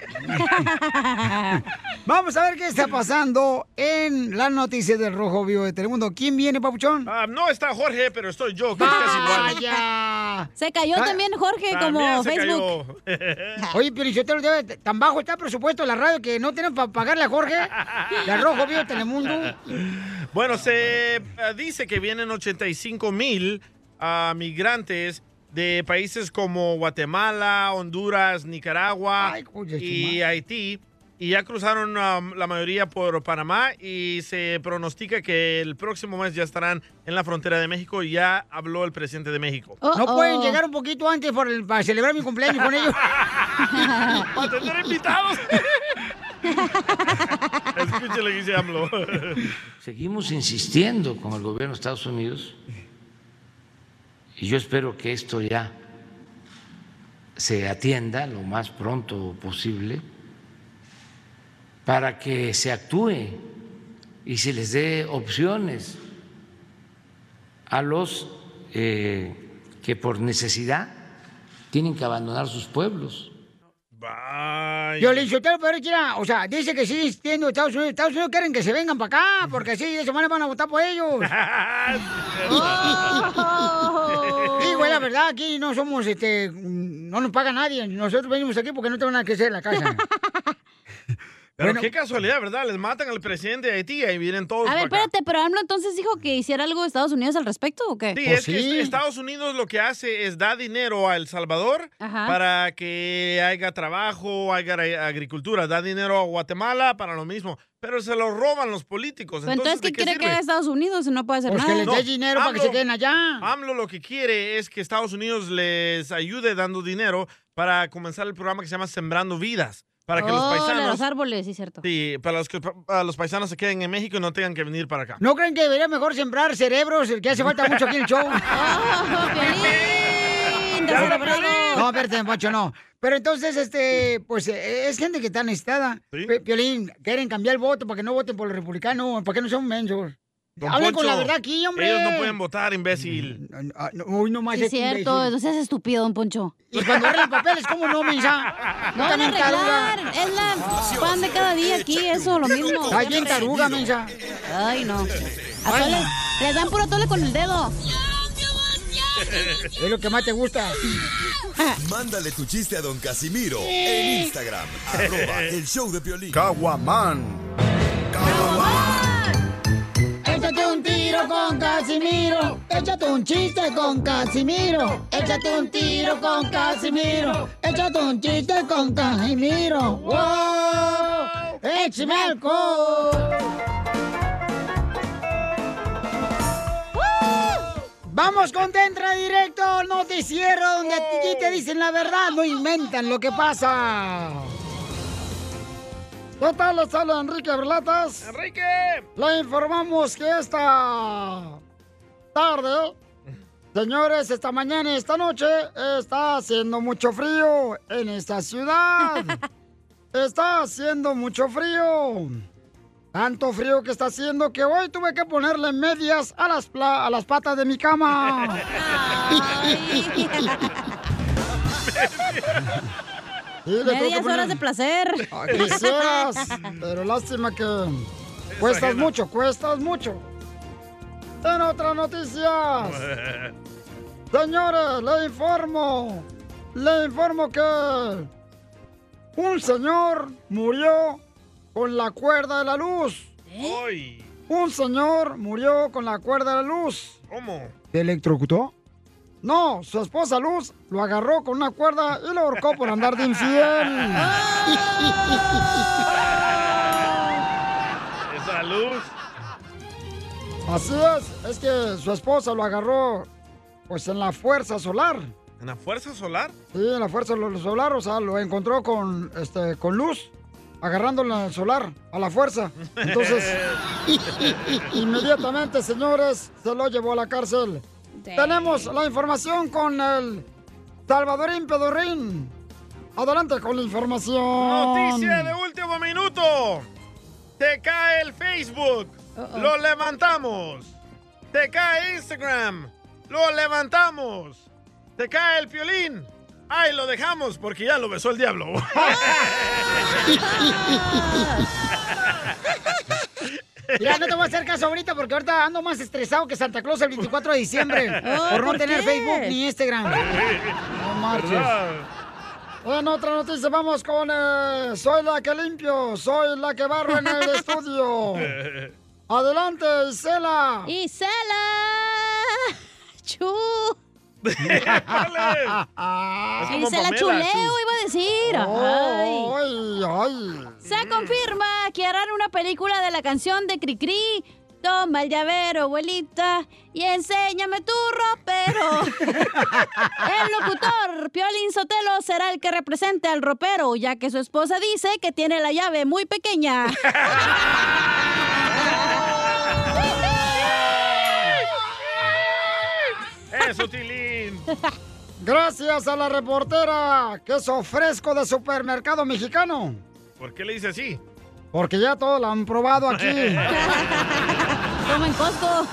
Speaker 1: Vamos a ver qué está pasando en las noticias del Rojo Vivo de Telemundo. ¿Quién viene, Papuchón?
Speaker 2: Ah, no está Jorge, pero estoy yo, que es casi igual.
Speaker 1: Vaya. Ah.
Speaker 3: Se cayó también Jorge,
Speaker 2: También
Speaker 3: como
Speaker 2: se
Speaker 3: Facebook.
Speaker 2: cayó.
Speaker 1: Oye, pero yo te lo debe, tan bajo está el presupuesto de la radio que no tienen para pagarle a Jorge del Rojo Vivo de Telemundo.
Speaker 2: Bueno, se eh, dice que vienen 85 mil ah, migrantes de países como Guatemala, Honduras, Nicaragua y Haití. Y ya cruzaron um, la mayoría por Panamá y se pronostica que el próximo mes ya estarán en la frontera de México. Y ya habló el presidente de México.
Speaker 1: ¿No pueden llegar un poquito antes por el- para celebrar mi cumpleaños con ellos?
Speaker 2: ¡Para tener invitados! Escúchale que se habló.
Speaker 13: Seguimos insistiendo con el gobierno de Estados Unidos y yo espero que esto ya se atienda lo más pronto posible para que se actúe y se les dé opciones a los eh, que por necesidad tienen que abandonar sus pueblos.
Speaker 1: Yo le insulté, pero mira, o sea, dice que sí, entiendo Estados Unidos. Estados Unidos quieren que se vengan para acá, porque así de semana van a votar por ellos. Digo, es la verdad, aquí no somos, este, mm,
Speaker 14: no nos paga nadie. Nosotros venimos aquí porque no tenemos nada que hacer en la casa.
Speaker 2: Pero
Speaker 14: Bueno.
Speaker 2: qué casualidad, ¿verdad? Les matan al presidente de Haití y vienen todos
Speaker 3: A ver, pues.
Speaker 2: para acá.
Speaker 3: espérate, pero AMLO entonces dijo que hiciera algo de Estados Unidos al respecto o qué?
Speaker 2: Sí,
Speaker 14: Pues
Speaker 2: es que est- Estados Unidos lo que hace es da dinero a El Salvador
Speaker 3: Ajá.
Speaker 2: para que haya trabajo, haya ag- agricultura, da dinero a Guatemala para lo mismo, pero se lo roban los políticos.
Speaker 3: Pero entonces,
Speaker 2: ¿de
Speaker 3: ¿qué quiere que
Speaker 2: sirve?
Speaker 3: haga Estados Unidos? No puede hacer
Speaker 2: Pues que les
Speaker 3: nada.
Speaker 2: dé No, dinero para que AMLO. se queden
Speaker 14: allá.
Speaker 3: Ah.
Speaker 2: AMLO lo que quiere es que Estados Unidos les ayude dando dinero para comenzar el programa que se llama Sembrando Vidas, para que los
Speaker 3: Oh, lo de
Speaker 2: paisanos
Speaker 3: los árboles, sí, cierto.
Speaker 2: sí, para los que para los paisanos se queden en México y no tengan que venir para acá.
Speaker 14: ¿No creen que debería mejor sembrar cerebros? El que hace falta mucho aquí en el show. No, espérate, Poncho, no. Pero entonces, este, pues eh, es gente que está necesitada. Pi- Piolín, quieren cambiar el voto para que no voten por los republicanos. ¿Para qué no son mensos?
Speaker 2: Don
Speaker 14: Hablen con
Speaker 2: Poncho,
Speaker 14: la verdad aquí, hombre.
Speaker 2: Ellos no pueden votar, imbécil.
Speaker 14: Uy, no más.
Speaker 3: Sí, es cierto, no seas estúpido, don Poncho.
Speaker 14: Y cuando arreglan papeles, ¿cómo no, mensa?
Speaker 3: No van a arreglar, es la pan de cada día aquí, eso, lo mismo.
Speaker 14: Estás bien taruga, mensa.
Speaker 3: Ay, no. Atole, les dan puro tole con el dedo.
Speaker 14: Es lo que más te gusta.
Speaker 5: Mándale tu chiste a don Casimiro en Instagram. Arroba el show de Piolín.
Speaker 15: Caguaman.
Speaker 14: Échate un tiro con Casimiro. Échate un chiste con Casimiro. Échate un tiro con Casimiro. Échate un chiste con Casimiro. ¡Wow! ¡Échame alcohol! Vamos con Dentra Directo, el noticiero donde a ti te dicen la verdad, no inventan lo que pasa. ¿Qué tal? Les habla Enrique Berlatas.
Speaker 2: ¡Enrique!
Speaker 14: Le informamos que esta tarde, señores, esta mañana y esta noche está haciendo mucho frío en esta ciudad. Está haciendo mucho frío. Tanto frío que está haciendo que hoy tuve que ponerle medias a las, pla- a las patas de mi cama. Sí, le tuve que
Speaker 3: Medias
Speaker 14: poner-
Speaker 3: horas de placer.
Speaker 14: Ah, Quisieras, pero lástima que cuestas
Speaker 3: ajena.
Speaker 14: mucho, cuestas mucho. En otras noticias, señores, le informo, le informo que un señor murió con la cuerda de la luz.
Speaker 2: Hoy,
Speaker 14: Un señor murió con la cuerda de la luz.
Speaker 2: ¿cómo?
Speaker 14: ¿Te electrocutó? No, su esposa Luz lo agarró con una cuerda y lo ahorcó por andar de infiel.
Speaker 2: Esa luz.
Speaker 14: Así es, es que su esposa lo agarró pues en la fuerza solar.
Speaker 2: ¿En la fuerza solar?
Speaker 14: Sí, en la fuerza lo- solar, o sea, lo encontró con este con luz, agarrándolo en el solar, a la fuerza. Entonces, inmediatamente, señores, se lo llevó a la cárcel. Tenemos la información con el Salvadorín Pedorrín. Adelante con la información.
Speaker 2: Noticia de último minuto. Te cae el Facebook. Lo levantamos. Te cae Instagram. Lo levantamos. Te cae el piolín. Ahí lo dejamos porque ya lo besó el diablo.
Speaker 14: Mira, no te voy a hacer caso ahorita porque ahorita ando más estresado que Santa Claus el 24 de diciembre
Speaker 16: Oh,
Speaker 14: por no
Speaker 16: ¿por
Speaker 14: tener
Speaker 16: qué?
Speaker 14: Facebook ni Instagram. No marches.
Speaker 16: ¿Verdad?
Speaker 14: En otra noticia vamos con eh, Soy la que limpio, soy la que barro en el estudio. Adelante, Isela.
Speaker 3: Isela. Chu.
Speaker 14: Es como
Speaker 3: Isela
Speaker 14: Pamela,
Speaker 3: Chuleo,
Speaker 14: Chu.
Speaker 3: iba a decir.
Speaker 14: Oh,
Speaker 3: Se confirma que harán una película de la canción de Cricri. Toma el llavero, abuelita, y enséñame tu ropero. El locutor Piolín Sotelo será el que represente al ropero, ya que su esposa dice que tiene la llave muy pequeña.
Speaker 2: Eso, Tilín.
Speaker 14: Gracias a la reportera que es ofrezco de supermercado mexicano.
Speaker 2: ¿Por qué le dice así?
Speaker 14: Porque ya todo lo han probado aquí.
Speaker 3: Como en Costco.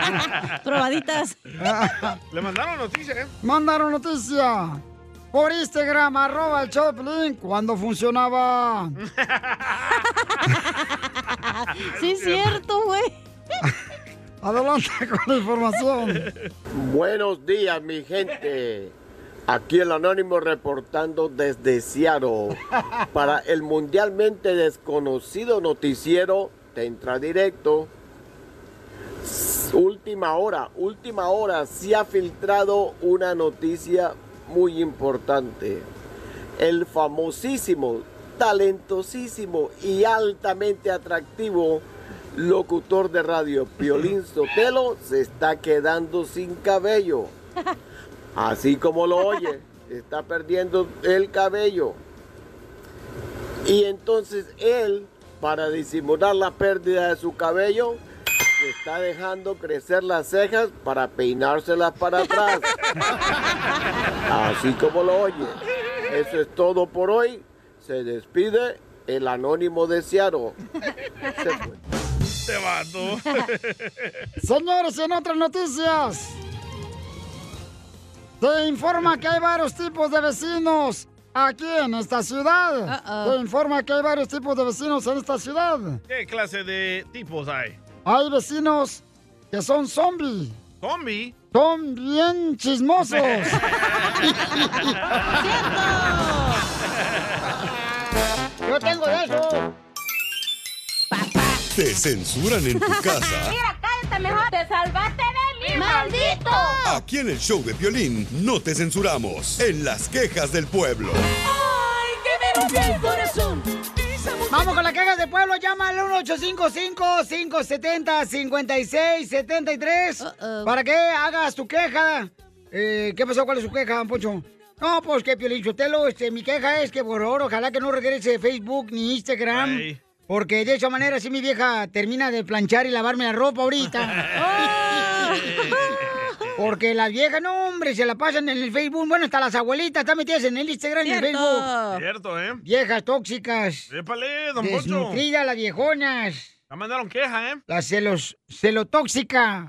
Speaker 14: Probaditas.
Speaker 2: Le mandaron noticia, ¿eh?
Speaker 14: Mandaron noticia por Instagram, arroba el Choplin, cuando funcionaba.
Speaker 3: sí, es cierto, güey.
Speaker 14: Adelante con la información.
Speaker 7: Buenos días, mi gente. Aquí el anónimo reportando desde Seattle para el mundialmente desconocido noticiero de Entra Directo. Última hora, última hora, se ha filtrado una noticia muy importante. El famosísimo, talentosísimo y altamente atractivo locutor de radio Piolín Sotelo se está quedando sin cabello. Así como lo oye, está perdiendo el cabello. Y entonces él, para disimular la pérdida de su cabello, se está dejando crecer las cejas para peinárselas para atrás. Así como lo oye. Eso es todo por hoy. Se despide el anónimo de Seattle. Se fue.
Speaker 2: Te mato.
Speaker 1: Señores, en otras noticias. Te informa que hay varios tipos de vecinos aquí en esta ciudad. Te informa que hay varios tipos de vecinos en esta ciudad.
Speaker 2: ¿Qué clase de tipos hay?
Speaker 1: Hay vecinos que son zombies.
Speaker 2: ¿Zombie?
Speaker 1: Son bien chismosos. Yo tengo de eso.
Speaker 5: Te censuran en tu casa.
Speaker 16: Mira, cállate mejor. Te salvaste de mí, maldito.
Speaker 5: Aquí en el show de violín no te censuramos. En las quejas del pueblo.
Speaker 16: Ay, que me rompió el corazón.
Speaker 1: Vamos con las quejas de pueblo. Llama al 1855-570-5673 para que hagas tu queja. Eh, ¿Qué pasó? ¿Cuál es su queja, don Poncho? No, pues que Piolín Sotelo, este, mi queja es que por favor, ojalá que no regrese Facebook ni Instagram.
Speaker 16: Ay.
Speaker 1: Porque de esa manera, si mi vieja termina de planchar y lavarme la ropa ahorita. Porque las viejas, no, hombre, se la pasan en el Facebook. Bueno, hasta las abuelitas están metidas en el Instagram y en el
Speaker 2: Cierto.
Speaker 1: Facebook.
Speaker 2: Cierto, ¿eh?
Speaker 1: Viejas tóxicas.
Speaker 2: Épale, don Poncho.
Speaker 1: Desnutridas las viejonas.
Speaker 2: Ya mandaron queja, ¿eh?
Speaker 1: La celos, celotóxica.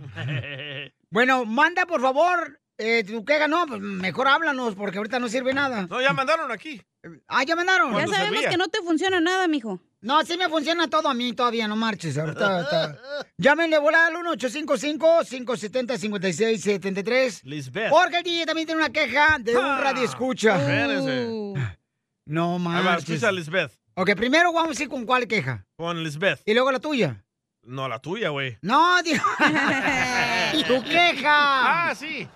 Speaker 1: Bueno, manda por favor eh, tu queja. No, pues mejor háblanos porque ahorita no sirve nada.
Speaker 2: No, ya mandaron aquí.
Speaker 1: Ah, ya mandaron.
Speaker 3: Ya sabemos que no te funciona nada, mijo.
Speaker 1: No, sí me funciona todo a mí todavía, no marches. Ahorita, ahorita. Llámenle volar al 1-855-570-5673.
Speaker 2: Lisbeth. Ah.
Speaker 1: Porque el DJ también tiene una queja de un radio escucha.
Speaker 2: Espérese.
Speaker 1: No
Speaker 2: Ahí va,
Speaker 1: marches.
Speaker 2: escucha a Lisbeth.
Speaker 1: Ok, primero vamos a ir con cuál queja.
Speaker 2: Con Lisbeth.
Speaker 1: Y luego la tuya.
Speaker 2: No, la tuya, güey.
Speaker 1: No, digo. tu queja.
Speaker 2: Ah, sí.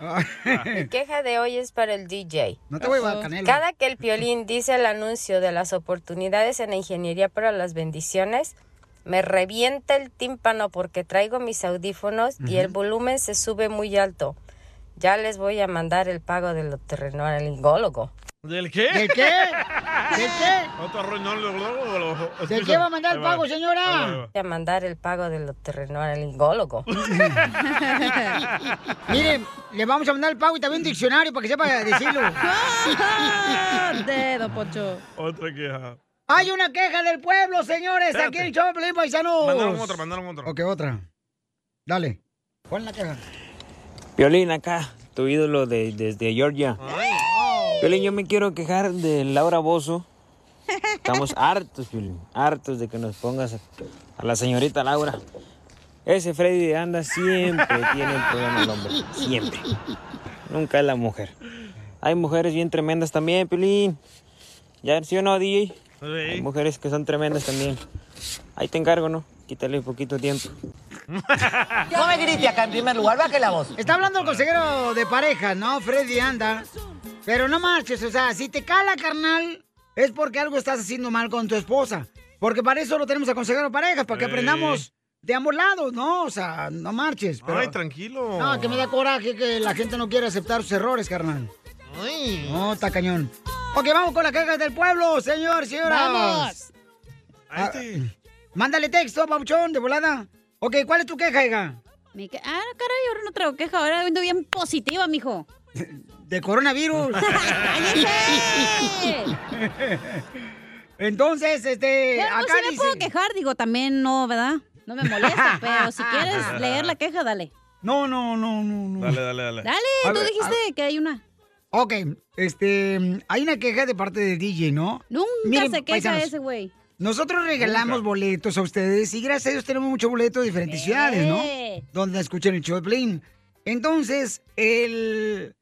Speaker 17: Mi queja de hoy es para el DJ.
Speaker 1: No te voy a dar canela.
Speaker 17: Cada que el piolín dice el anuncio de las oportunidades en la ingeniería para las bendiciones, me revienta el tímpano porque traigo mis audífonos y el
Speaker 18: Ujú.
Speaker 17: volumen se sube muy alto. Ya les voy a mandar el pago del terrenolingólogo.
Speaker 2: ¿Del qué?
Speaker 17: ¿Del qué?
Speaker 1: ¿Del qué?
Speaker 2: No te arruinó el globo. lo-
Speaker 17: ¿De
Speaker 2: escucha. Ahí va. Ahí va, ahí va.
Speaker 17: Voy a mandar el pago del terrenolingólogo.
Speaker 1: Miren, le vamos a mandar el pago y también un diccionario para que sepa decirlo. Dedo, Pocho.
Speaker 2: Otra queja.
Speaker 1: Hay una queja del pueblo, señores. Aquí en el show, de Pelín Paisanos.
Speaker 2: Mandaron otra, mandaron otra.
Speaker 1: Ok, otra. Dale. ¿Cuál es la queja?
Speaker 19: Violín acá, tu ídolo de- desde Georgia. Violín, yo me quiero quejar de Laura Bozo. Estamos hartos, Violín, hartos de que nos pongas a, a la señorita Laura. Ese Freddy de Anda siempre tiene el problema el hombre, siempre. Nunca es la mujer. Hay mujeres bien tremendas también, Piolín. ¿Ya sí o no, DJ? Hay mujeres que son tremendas también. Ahí te encargo, ¿no? Quítale poquito tiempo.
Speaker 1: No me grite acá en primer lugar, baje la voz. Está hablando el consejero de pareja, ¿no? Freddy anda. Pero no marches, o sea, si te cala, carnal, es porque algo estás haciendo mal con tu esposa. Porque para eso lo tenemos al consejero de pareja, para que
Speaker 2: Sí.
Speaker 1: aprendamos de ambos lados, ¿no? O sea, no marches. Pero...
Speaker 2: Ay, tranquilo.
Speaker 1: No, que me da coraje que la gente no quiere aceptar sus errores, carnal. No, está cañón. Ok, vamos con las quejas del pueblo, señor, señora.
Speaker 16: Vamos.
Speaker 1: Ah, Mándale texto, papuchón, de volada. Ok, ¿cuál es tu queja, hija?
Speaker 3: Mi que- Ah, caray, ahora no traigo queja, ahora ando bien positiva, mijo.
Speaker 1: De coronavirus. Entonces, este,
Speaker 3: Pero
Speaker 1: acá
Speaker 3: pues, sí me
Speaker 1: dice...
Speaker 3: puedo quejar, digo, también no, ¿verdad? No me molesta, pero si quieres leer la queja, dale.
Speaker 1: No, no, no, no, no.
Speaker 2: Dale, dale, dale.
Speaker 3: Dale,
Speaker 1: A
Speaker 3: tú
Speaker 1: ver,
Speaker 3: dijiste
Speaker 1: a-
Speaker 3: que hay una.
Speaker 1: Ok, este, hay una queja de parte de DJ, ¿no?
Speaker 3: Nunca
Speaker 1: Miren,
Speaker 3: se queja
Speaker 1: paisanos,
Speaker 3: ese güey.
Speaker 1: Nosotros regalamos boletos a ustedes y gracias a Dios tenemos muchos boletos de diferentes ciudades, ¿no? Donde escuchan el show de Plin. Entonces, el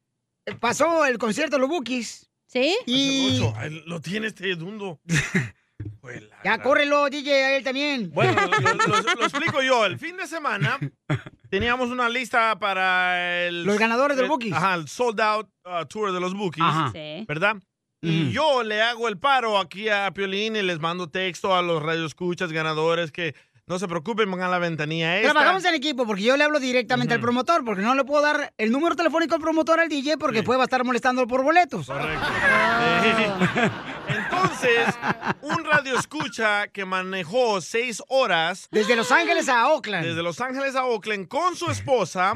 Speaker 1: pasó el concierto de los Bukis. ¿Sí? Y
Speaker 2: Mucho. Ay, Lo tiene este dundo.
Speaker 1: ya córrelo, DJ, a él también.
Speaker 2: Bueno, lo, lo- lo explico yo. El fin de semana teníamos una lista para el...
Speaker 1: Los ganadores del
Speaker 2: el-
Speaker 1: Bookies.
Speaker 2: Ajá, el sold out uh, tour de los Bookies.
Speaker 1: Ajá. Sí.
Speaker 2: ¿Verdad? Y
Speaker 1: Mm.
Speaker 2: yo le hago el paro aquí a Piolín y les mando texto a los radioescuchas ganadores que no se preocupen, van a la ventanilla esta.
Speaker 1: Trabajamos en equipo porque yo le hablo directamente al promotor porque no le puedo dar el número telefónico al promotor al DJ porque puede va a estar molestándolo por boletos.
Speaker 2: Correcto. Eh, Entonces, un radio escucha que manejó seis horas.
Speaker 1: Desde Los Ángeles a Oakland.
Speaker 2: Desde Los Ángeles a Oakland con su esposa.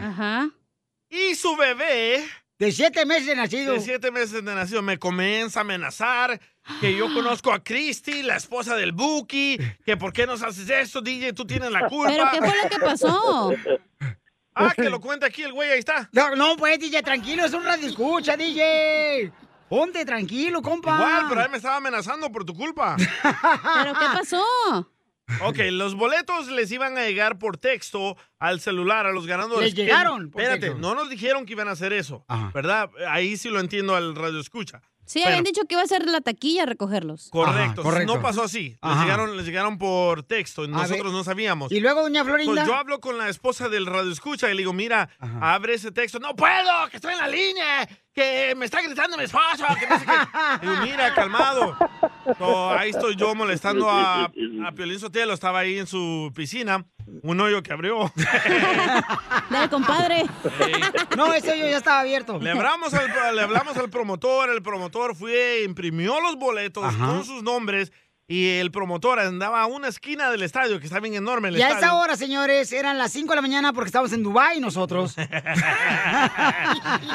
Speaker 2: Y su bebé.
Speaker 1: De siete meses de nacido.
Speaker 2: De siete meses de nacido. Me comienza a amenazar. Que yo conozco a Christy, la esposa del Buki. Que por qué nos haces esto, DJ, tú tienes la culpa.
Speaker 3: ¿Pero qué fue lo que pasó?
Speaker 2: Ah, que lo cuenta aquí el güey, ahí está.
Speaker 1: No, no, pues, DJ, tranquilo, es un radio escucha, DJ. Ponte tranquilo, compa.
Speaker 2: Igual, pero él me estaba amenazando por tu culpa.
Speaker 3: ¿Pero qué pasó?
Speaker 2: Ok, los boletos les iban a llegar por texto al celular a los ganadores.
Speaker 1: Les
Speaker 2: Que-
Speaker 1: llegaron por
Speaker 2: Espérate,
Speaker 1: texto.
Speaker 2: no nos dijeron que iban a hacer eso, ¿verdad? Ahí sí lo entiendo al radio escucha.
Speaker 3: Sí, habían dicho que iba a ser la taquilla a recogerlos.
Speaker 2: Correcto,
Speaker 1: correcto.
Speaker 2: no pasó así. Les
Speaker 1: Ajá.
Speaker 2: llegaron, les llegaron por texto, y nosotros
Speaker 1: ver.
Speaker 2: no sabíamos.
Speaker 1: Y luego, doña Florinda.
Speaker 2: Entonces, yo hablo con la esposa del radio escucha y le digo, mira, abre ese texto. ¡No puedo! ¡Que estoy en la línea! ¡Que me está gritando mi esposa! Que no sé qué". Le digo, mira, calmado. No, ahí estoy yo molestando a, a Piolín Sotelo. Estaba ahí en su piscina. Un hoyo que abrió.
Speaker 3: Dale, compadre.
Speaker 1: No, ese hoyo ya estaba abierto.
Speaker 2: Le hablamos al, le hablamos al promotor, el promotor fue, imprimió los boletos con sus nombres y el promotor andaba a una esquina del estadio, que está bien enorme el
Speaker 1: Y a
Speaker 2: estadio.
Speaker 1: esa hora, señores, eran las 5 de la mañana porque estábamos en Dubái nosotros.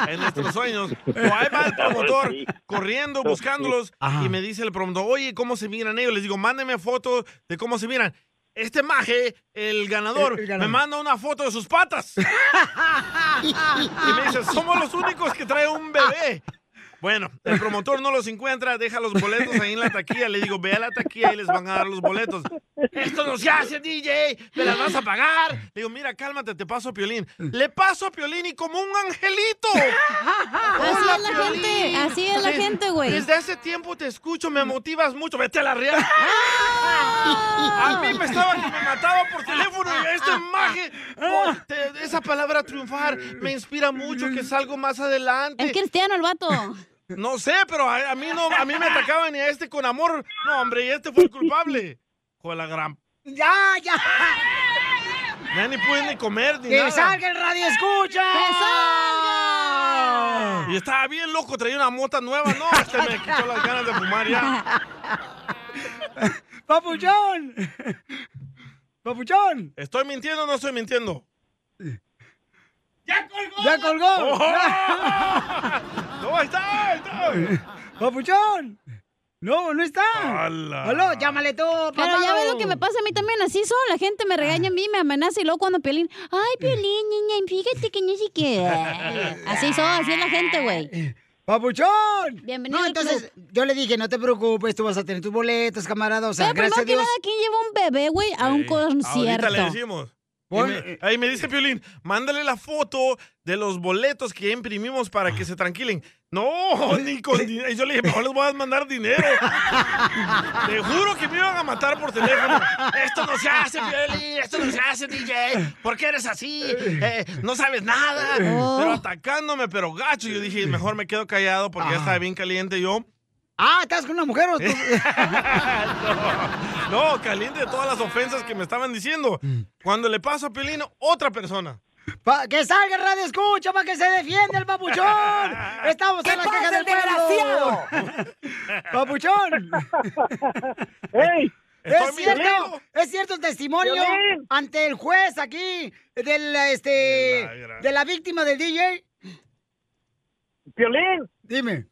Speaker 2: en nuestros sueños. O ahí va el promotor corriendo, buscándolos. Y me dice el promotor, oye, ¿cómo se miran ellos? Les digo, mándenme fotos de cómo se miran. Este maje, el ganador,
Speaker 1: El- el ganador.
Speaker 2: me manda una foto de sus patas. y me dice, somos los únicos que trae un bebé. Bueno, el promotor no los encuentra, deja los boletos ahí en la taquilla. Le digo, ve a la taquilla y les van a dar los boletos. Esto no se hace, DJ, me las vas a pagar. Le digo, mira, cálmate, te paso a Piolín. Le paso a Piolín y como un angelito.
Speaker 3: Así es la gente, así es la
Speaker 2: Des-
Speaker 3: gente, güey.
Speaker 2: Desde hace tiempo te escucho, me motivas mucho. Vete a la real.
Speaker 3: Ah.
Speaker 2: A mí me estaba que me mataba por teléfono y a este maje. oh, te- esa palabra triunfar me inspira mucho que salgo más adelante.
Speaker 3: Es cristiano el vato.
Speaker 2: No sé, pero a, a mí no, a mí me atacaban y a este con amor. No, hombre, y este fue el culpable. Con la gran.
Speaker 1: ¡Ya, ya!
Speaker 2: Ya ni pude ni comer ni
Speaker 1: ¡Que
Speaker 2: nada.
Speaker 1: salga el radio escucha! ¡Que salga!
Speaker 2: Y estaba bien loco, traía una mota nueva. No, este me quitó las ganas de fumar ya.
Speaker 1: ¡Papuchón! ¡Papuchón!
Speaker 2: ¿Estoy mintiendo o no estoy mintiendo?
Speaker 1: ¡Ya colgó!
Speaker 2: Oh. ¡No está! está!
Speaker 1: ¡Papuchón! ¡No, no está! ¡Aló, llámale tú, papá!
Speaker 3: Pero ya ves lo que me pasa a mí también, así son, la gente me regaña a mí, me amenaza y luego cuando Piolín, ay, Piolín, niña, fíjate que ni siquiera... Así son, así es la gente, güey.
Speaker 1: ¡Papuchón!
Speaker 3: Bienvenido
Speaker 1: No,
Speaker 3: al
Speaker 1: entonces, yo le dije, no te preocupes, tú vas a tener tus boletos, camarada. O sea,
Speaker 3: Pero primero
Speaker 1: gracias a
Speaker 3: que
Speaker 1: Dios.
Speaker 3: nada, ¿quién lleva un bebé, güey, a un concierto?
Speaker 2: Ahorita le decimos. Y me- ahí me dice Piolín, mándale la foto de los boletos que ya imprimimos para que se tranquilen. No, ni con dinero. Y yo le dije, mejor les voy a mandar dinero. Te juro que me iban a matar por teléfono. Esto no se hace, Piolín. Esto no se hace, DJ. ¿Por qué eres así? Eh, no sabes nada.
Speaker 16: Oh.
Speaker 2: Pero atacándome, pero gacho. Yo dije, mejor me quedo callado porque ya estaba bien caliente yo.
Speaker 1: Ah, ¿estás con una mujer o tú?
Speaker 2: No, caliente de todas las ofensas que me estaban diciendo.
Speaker 1: Mm.
Speaker 2: Cuando le paso a Piolín, otra persona.
Speaker 1: Pa- ¡Que salga el radio escucha para que se defienda el papuchón! ¡Estamos en la caja del pueblo! ¡Papuchón!
Speaker 12: ¡Ey!
Speaker 1: ¡Es cierto! ¡Es cierto el testimonio
Speaker 12: Violín.
Speaker 1: ante el juez aquí del, este, de la víctima del DJ!
Speaker 12: Piolín.
Speaker 1: Dime.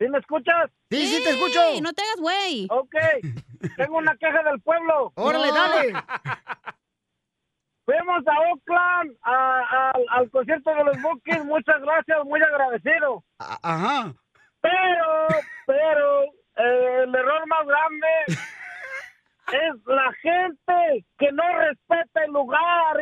Speaker 12: ¿Sí me escuchas?
Speaker 1: Sí, sí, te escucho.
Speaker 3: No te hagas, güey.
Speaker 12: Ok. Tengo una queja del pueblo.
Speaker 3: Órale, No. dale.
Speaker 12: Fuimos a Oakland a- a- al concierto de los Bookies. Muchas gracias, muy agradecido.
Speaker 1: Ajá.
Speaker 12: Pero, pero, eh, el error más grande es la gente que no respeta el lugar.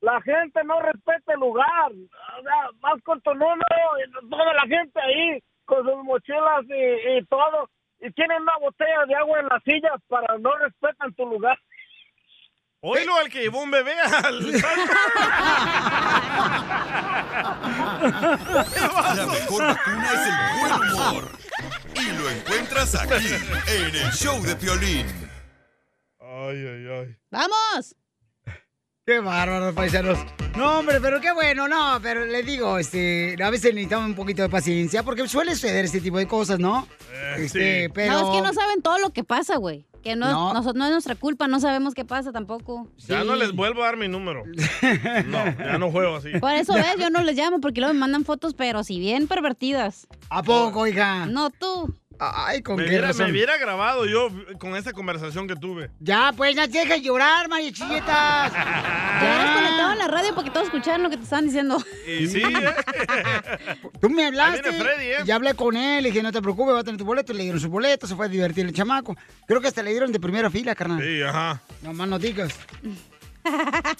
Speaker 12: La gente no respeta el lugar. O sea, vas con tu nuno y toda la gente ahí con sus mochilas y, y todo. Y tienen una botella de agua en las sillas para no respetan tu lugar.
Speaker 2: Oílo al que llevó un bebé al
Speaker 5: La mejor vacuna es el buen humor. Y lo encuentras aquí, en el show de Piolín.
Speaker 2: Ay, ay, ay.
Speaker 1: ¡Vamos! Qué bárbaros, paisanos. No, hombre, pero qué bueno, no, pero les digo, este, a veces necesitamos un poquito de paciencia, porque suele suceder este tipo de cosas, ¿no? este,
Speaker 2: Eh, sí.
Speaker 1: pero.
Speaker 3: No, es que no saben todo lo que pasa, güey. Que no,
Speaker 1: No.
Speaker 3: no so- no es nuestra culpa, no sabemos qué pasa tampoco.
Speaker 2: Ya no les vuelvo a dar mi número. No, ya no juego así.
Speaker 3: Por eso ves, yo no les llamo porque luego me mandan fotos, pero si bien pervertidas.
Speaker 1: ¿A poco, hija?
Speaker 3: No tú.
Speaker 1: Ay, con
Speaker 2: Me hubiera, me hubiera grabado yo con esa conversación que tuve.
Speaker 1: Ya, pues, ya deja de llorar, marichilletas.
Speaker 3: Estás conectado en la radio porque todos escucharon lo que te estaban diciendo.
Speaker 1: Este,
Speaker 2: Y sí, ¿eh?
Speaker 1: Tú me hablaste.
Speaker 2: Ahí viene Freddy, ¿eh?
Speaker 1: Ya hablé con él, le dije, no te preocupes, va a tener tu boleto. Le dieron su boleto, se fue a divertir el chamaco. Creo que hasta le dieron de primera fila, carnal.
Speaker 2: Sí, ajá.
Speaker 1: Nomás no digas.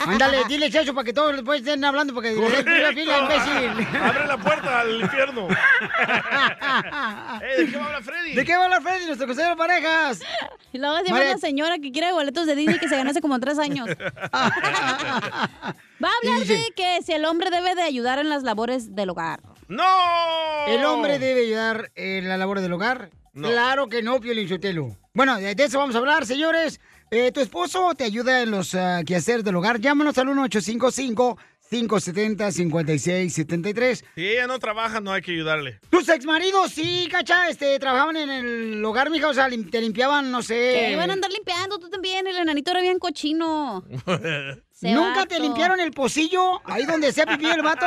Speaker 1: Ándale, dile, Chacho, para que todos después estén hablando, porque le den primera fila, imbécil.
Speaker 2: Abre la puerta al infierno. Ey, ¿De qué va a hablar Freddy?
Speaker 1: ¿De qué va a hablar Freddy, nuestro consejero de parejas?
Speaker 3: Y luego se
Speaker 1: María-
Speaker 3: una señora que quiere boletos de Disney que se ganó hace como tres años. Va a hablar de que si el hombre debe de ayudar en las labores del hogar.
Speaker 2: ¡No!
Speaker 1: ¿El hombre debe ayudar en la labor del hogar? Claro que no, Pio Linsotelo. Bueno, de, de eso vamos a hablar, señores. Eh, ¿Tu esposo te ayuda en los ah, quehaceres del hogar? Llámanos al 1-855-570-5673.
Speaker 2: Si ella no trabaja, no hay que ayudarle.
Speaker 1: Tus exmaridos, sí, cacha, este, trabajaban en el hogar, mija, o sea, lim- te limpiaban, no sé.
Speaker 3: Que iban a andar limpiando tú también, el enanito era bien cochino. Ese
Speaker 1: ¿Nunca
Speaker 3: vato. Pues
Speaker 1: te limpiaron el pocillo? Ahí donde se ha pipí el vato.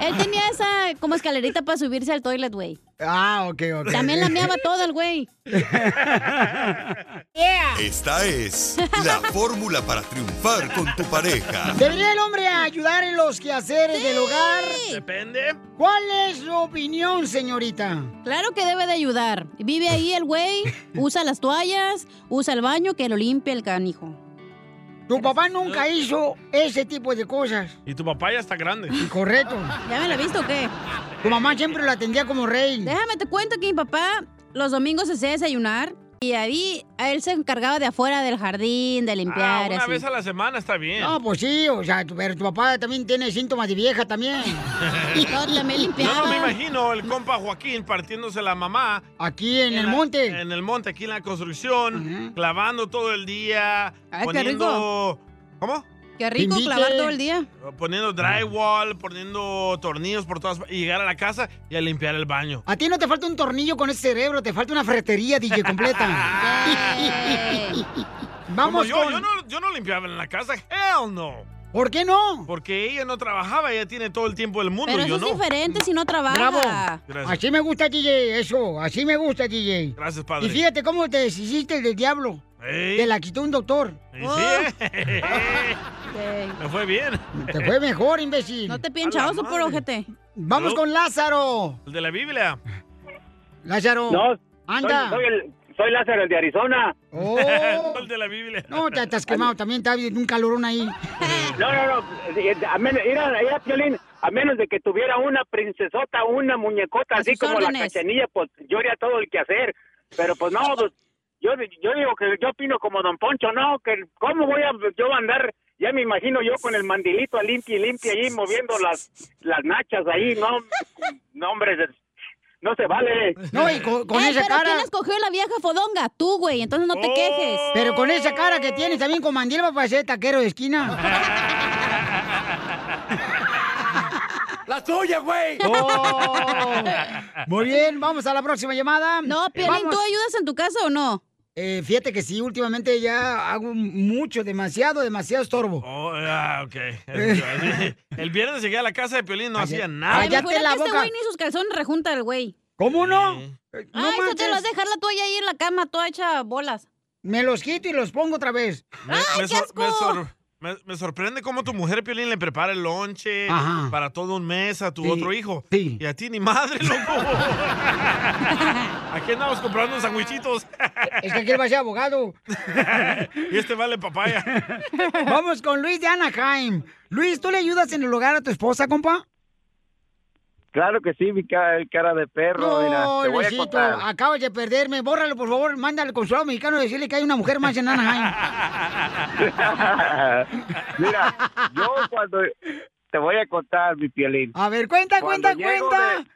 Speaker 3: Él tenía esa como escalerita para subirse al toilet, güey.
Speaker 1: Ah, ok, ok.
Speaker 3: También la meaba todo el güey.
Speaker 5: Esta es la fórmula para triunfar con tu pareja.
Speaker 1: ¿Debería el hombre ayudar en los quehaceres del hogar?
Speaker 2: Depende.
Speaker 1: ¿Cuál es su opinión, señorita?
Speaker 3: Claro que debe de ayudar. Vive ahí el güey, usa las toallas, usa el baño, que lo limpie el canijo.
Speaker 1: Tu papá nunca hizo ese tipo de cosas.
Speaker 2: Y tu papá ya está grande.
Speaker 1: Correcto.
Speaker 3: ¿Ya me la viste o qué?
Speaker 1: Tu mamá siempre lo atendía como rey.
Speaker 3: Déjame te cuento que mi papá los domingos se hacía desayunar y ahí a él se encargaba de afuera del jardín, de
Speaker 2: Ah,
Speaker 3: limpiar.
Speaker 2: una
Speaker 3: así.
Speaker 2: vez a la semana está bien.
Speaker 1: No, pues sí, o sea, tu- pero tu papá también tiene síntomas de vieja también.
Speaker 3: No, también
Speaker 2: Yo no me imagino el compa Joaquín partiéndose la mamá.
Speaker 1: Aquí en,
Speaker 2: el monte. En el monte, aquí en la construcción, clavando todo el día.
Speaker 3: Ay, qué
Speaker 2: poniendo, ¿Cómo?
Speaker 3: Qué rico clavar todo el día.
Speaker 2: Poniendo drywall, poniendo tornillos por todas partes. Y llegar a la casa y a limpiar el baño.
Speaker 1: A ti no te falta un tornillo con ese cerebro, te falta una ferretería, DJ,
Speaker 3: Ah,
Speaker 1: completa. Vamos
Speaker 2: Como yo,
Speaker 1: con-
Speaker 2: yo, no, yo no limpiaba en la casa. Hell no.
Speaker 1: ¿Por qué no?
Speaker 2: Porque ella no trabajaba, ella tiene todo el tiempo del mundo.
Speaker 3: Pero
Speaker 2: yo
Speaker 3: eso
Speaker 2: no.
Speaker 3: es diferente si no trabaja.
Speaker 1: Bravo.
Speaker 2: Gracias.
Speaker 1: Así me gusta, DJ, eso. Así me gusta, DJ.
Speaker 2: Gracias, padre.
Speaker 1: Y fíjate cómo te deshiciste del diablo.
Speaker 2: Ey.
Speaker 1: Te la quitó un doctor. Oh.
Speaker 2: Y sí, ¿eh? Me fue bien.
Speaker 1: Te fue mejor, imbécil.
Speaker 3: No te pincha oso por ojete.
Speaker 1: Vamos con Lázaro.
Speaker 2: El de la Biblia.
Speaker 1: Lázaro.
Speaker 2: No, soy-
Speaker 1: Anda.
Speaker 2: soy
Speaker 9: el- soy Lázaro, el de Arizona.
Speaker 1: Oh.
Speaker 2: el de la Biblia.
Speaker 1: No, te, te has quemado también, está bien, un calorón ahí.
Speaker 9: No, no, no. eh, A menos, mira, mira, Piolín, a menos de que tuviera una princesota, una muñecota así
Speaker 12: sus
Speaker 9: como la
Speaker 12: órdenes.
Speaker 9: cachanilla, pues yo haría todo el que hacer. Pero pues no, pues, yo, yo digo que yo opino como Don Poncho, no, que cómo voy a yo andar, ya me imagino yo con el mandilito a limpia y limpia ahí moviendo las, las nachas ahí, no, no, hombre, no se vale. Eh,
Speaker 1: No, y con, con
Speaker 3: Ey,
Speaker 1: esa
Speaker 3: Eh, pero
Speaker 1: cara.
Speaker 3: ¿Quién escogió la vieja fodonga? Tú, güey. Entonces no te quejes.
Speaker 1: Oh. Pero con esa cara que tienes también con mandil va a ser taquero de esquina.
Speaker 16: ¡La tuya, güey!
Speaker 1: Oh. Muy bien, vamos a la próxima llamada. No,
Speaker 3: Piolín, ¿tú ayudas
Speaker 1: en tu casa o no? Eh, fíjate que sí, últimamente ya hago mucho, demasiado, demasiado estorbo.
Speaker 2: Oh, ah, ok. El viernes llegué a la casa de Piolín, no hacía
Speaker 1: Ah,
Speaker 2: nada.
Speaker 3: Ay, me jura que este güey ni sus calzones rejunta el güey.
Speaker 1: ¿Cómo no?
Speaker 3: Ay, eso te lo vas a dejar la toalla ahí en la cama, toda hecha bolas.
Speaker 1: Me los quito y los pongo otra vez.
Speaker 2: Me, me sor- me sor- me- me sorprende cómo tu mujer Piolín le prepara el lonche
Speaker 1: Ajá.
Speaker 2: para todo un mes a tu
Speaker 1: Sí,
Speaker 2: otro hijo.
Speaker 1: sí.
Speaker 2: Y a ti ni madre, loco. Aquí andamos comprando sandwichitos.
Speaker 1: Es que aquel va a ser abogado.
Speaker 2: Y este vale papaya. Ah,
Speaker 1: Vamos con Luis de Anaheim. Luis, ¿tú le ayudas en el hogar a tu esposa, compa?
Speaker 18: Claro que sí, mi cara, cara de perro. mira, te voy a
Speaker 1: Oh, Luisito,
Speaker 18: contar.
Speaker 1: acabas de perderme. Bórralo, por favor. Mándale al consulado mexicano y decirle que hay una mujer más en Anaheim.
Speaker 18: Mira, yo cuando te voy a contar mi pielín.
Speaker 1: A ver, cuenta,
Speaker 18: Cuando
Speaker 1: cuenta,
Speaker 18: llego
Speaker 1: cuenta.
Speaker 18: de-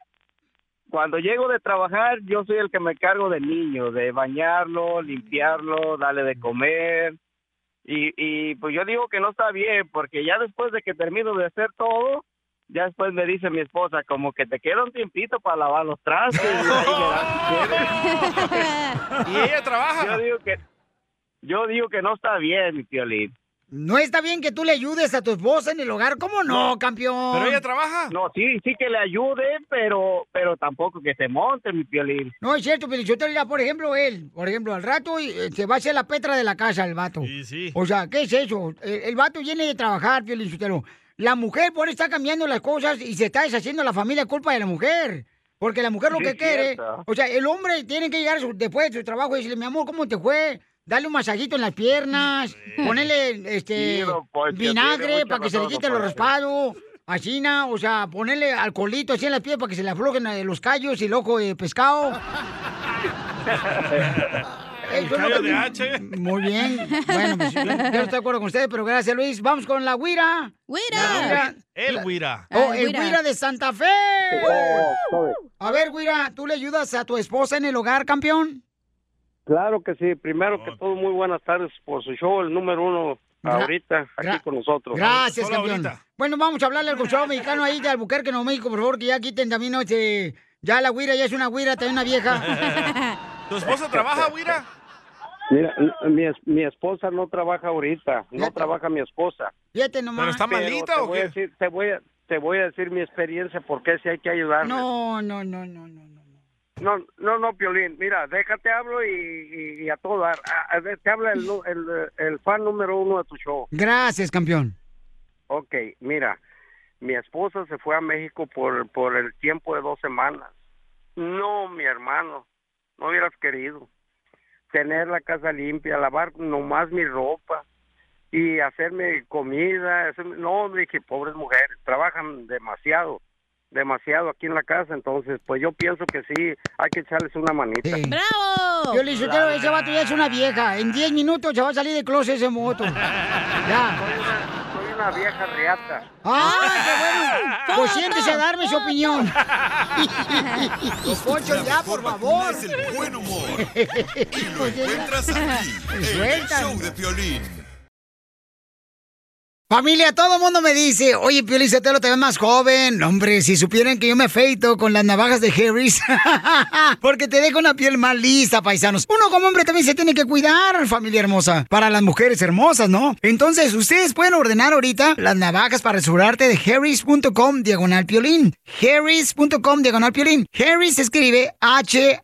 Speaker 18: cuando llego de trabajar, yo soy el que me encargo del niño, de bañarlo, limpiarlo, darle de comer. Y, y pues yo digo que no está bien, porque ya después de que termino de hacer todo, ya después me dice mi esposa, como que te queda un tiempito para lavar los trastes. y ahí le das si quieres.
Speaker 2: ¿Y ella trabaja?
Speaker 18: Yo digo que, yo digo que no está bien, mi tío Lin.
Speaker 1: No está bien que tú le ayudes a tu esposa en el hogar. ¿Cómo no, campeón?
Speaker 2: trabaja?
Speaker 18: No, sí, sí que le ayude, pero pero tampoco que se monte, mi piolín.
Speaker 1: No, es cierto, pero yo te diría, por ejemplo, él, por ejemplo, al rato eh, se va a hacer la petra de la casa el vato.
Speaker 2: Sí, sí.
Speaker 1: O sea, ¿qué es eso? El, el vato viene de trabajar, Piolín Sotelo. La mujer por está cambiando las cosas y se está deshaciendo la familia culpa de la mujer. Porque la mujer lo
Speaker 18: Sí,
Speaker 1: que
Speaker 18: es
Speaker 1: quiere,
Speaker 18: cierto.
Speaker 1: o sea, el hombre tiene que llegar a su- después de su trabajo y decirle, mi amor, ¿cómo te fue? Dale un masajito en las piernas, ponerle
Speaker 18: Sí,
Speaker 1: este
Speaker 18: don Poncho, tiene
Speaker 1: vinagre
Speaker 18: mucha
Speaker 1: para que se le
Speaker 18: razón,
Speaker 1: quite
Speaker 18: don
Speaker 1: lo
Speaker 18: Poncho.
Speaker 1: raspado, así, na, o sea, ponerle alcoholito así en las piernas para que se le aflojen eh, los callos y el ojo de pescado.
Speaker 2: El
Speaker 1: yo no
Speaker 2: callo
Speaker 1: creo-
Speaker 2: de H.
Speaker 1: Muy bien. Bueno, pues yo, yo no estoy de acuerdo con ustedes, pero gracias, Luis. Vamos con la Guira. La Guira.
Speaker 2: El Guira.
Speaker 1: Oh, el Guira de Santa Fe. A ver, Guira, ¿tú le ayudas a tu esposa en el hogar, campeón?
Speaker 9: Claro que sí. Primero que todo, muy buenas tardes por su show, el número uno
Speaker 1: Gra-
Speaker 9: ahorita aquí con nosotros.
Speaker 1: Gracias, campeón. Bueno, vamos a hablarle al consulado mexicano ahí de Albuquerque, Nuevo México, por favor, que ya quiten también, ¿no? Este, ya la Guira ya es una Guira, también una vieja.
Speaker 2: ¿Tu esposa trabaja, Guira?
Speaker 9: Mira, mi, es- mi esposa no trabaja ahorita, no trabaja mi esposa.
Speaker 1: Fíjate nomás.
Speaker 9: te voy a decir- te, voy a, te voy a decir mi experiencia porque si hay que ayudar.
Speaker 1: No, no, no, no, no.
Speaker 9: No, no, no, Piolín, mira, déjate hablo y, y- y a todo dar. A- a ver, te habla el, nu- el- el fan número uno de tu show.
Speaker 1: Gracias, campeón.
Speaker 9: Ok, mira, mi esposa se fue a México por, por el tiempo de dos semanas. No, mi hermano, no hubieras querido. Tener la casa limpia, lavar nomás mi ropa y hacerme comida. hacerme- No, dije, pobres mujeres, trabajan demasiado, demasiado aquí en la casa. Entonces, pues yo pienso que sí, hay que echarles una manita.
Speaker 1: ¡Bravo! Yo le dije, "Claro, ese vato ya es una vieja. En 10 minutos se va a salir del closet ese moto. Ya.
Speaker 9: Soy una vieja reata.
Speaker 1: ¡Ah, qué bueno! Pues siéntese a darme su opinión. Don Poncho, ya, por favor. Pues
Speaker 5: el buen humor.
Speaker 1: Y
Speaker 5: Lo encuentras aquí, en el
Speaker 1: Suéltalo.
Speaker 5: show de Piolín.
Speaker 1: Familia, todo el mundo me dice, oye, Pio Lizotelo, te ves más joven. No, Hombre, si supieran que yo me afeito con las navajas de Harris, porque te dejo una piel más lista, paisanos. Uno como hombre también se tiene que cuidar, familia hermosa, para las mujeres hermosas, ¿no? Entonces, ustedes pueden ordenar ahorita las navajas para asegurarte de harris.com diagonal piolín. harris.com diagonal piolín. Harris se escribe H-A-R-R-Y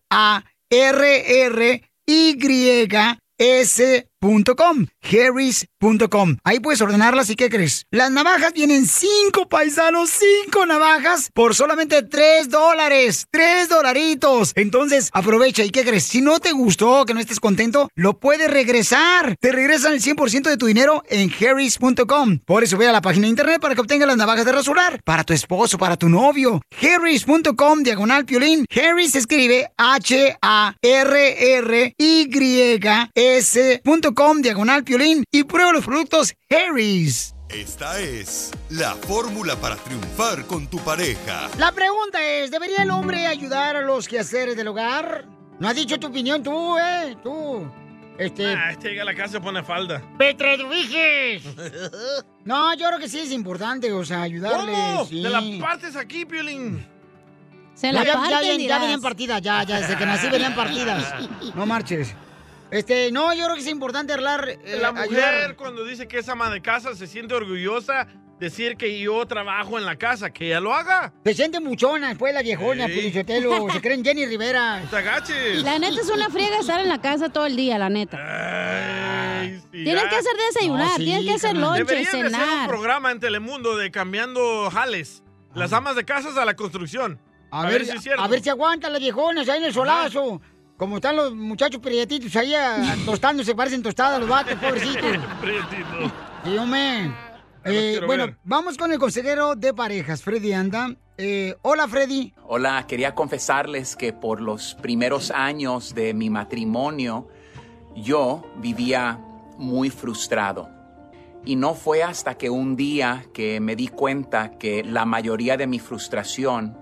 Speaker 1: s.com, harris.com. Ahí puedes ordenarlas y ¿qué crees? Las navajas vienen cinco paisanos, cinco navajas por solamente tres dólares, tres dolaritos. Entonces aprovecha y ¿qué crees? Si no te gustó, que no estés contento, lo puedes regresar. Te regresan el 100% de tu dinero en harris.com. Por eso ve a la página de internet para que obtengas las navajas de rasurar para tu esposo, para tu novio. harris.com diagonal piolín. Harris se escribe H-A-R-R-Y-S.com diagonal piolín y prueba los productos Harris.
Speaker 5: Esta es la fórmula para triunfar con tu pareja.
Speaker 1: La pregunta es, ¿debería el hombre ayudar a los quehaceres del hogar? No has dicho tu opinión tú, eh, tú. Este,
Speaker 2: Ah, este llega a la casa y pone falda.
Speaker 1: Petra Duviges. No, yo creo que sí es importante, o sea, ayudarle.
Speaker 2: ¿Cómo?
Speaker 1: sí.
Speaker 2: Te la partes aquí, Piolín.
Speaker 1: Ya- ya, ya, ven- ya venían partidas, ya, ya, desde que nací venían partidas. No marches. Este, no, yo creo que es importante hablar. eh,
Speaker 2: La mujer
Speaker 1: ayudar.
Speaker 2: cuando dice que es ama de casa se siente orgullosa decir que yo trabajo en la casa, que ella lo haga.
Speaker 1: Se siente muchona después la viejona,
Speaker 2: Sí.
Speaker 1: Pilichotelo. Se creen Jenny Rivera.
Speaker 2: Te agaches.
Speaker 3: La neta es una friega estar en la casa todo el día, la neta. Tienes que hacer desayunar,
Speaker 2: No, sí,
Speaker 3: tienes que hacer
Speaker 2: carnal.
Speaker 3: lonche,
Speaker 2: Deberían de hacer un
Speaker 3: cenar. Ah.
Speaker 2: programa en Telemundo de cambiando jales. Las amas de casas a la construcción.
Speaker 1: A, ver,
Speaker 2: si es cierto.
Speaker 1: a ver si aguanta la viejona, se va en el solazo. Como están los muchachos prietitos ahí ah, tostándose, parecen tostadas los vatos, pobrecitos.
Speaker 2: Prietito.
Speaker 1: Sí, hombre. Eh,
Speaker 20: quiero
Speaker 1: bueno,
Speaker 20: ver.
Speaker 1: vamos con el consejero de parejas, Freddy Anda. Eh, hola, Freddy.
Speaker 20: Hola, quería confesarles que por los primeros años de mi matrimonio yo vivía muy frustrado. Y no fue hasta que un día que me di cuenta que la mayoría de mi frustración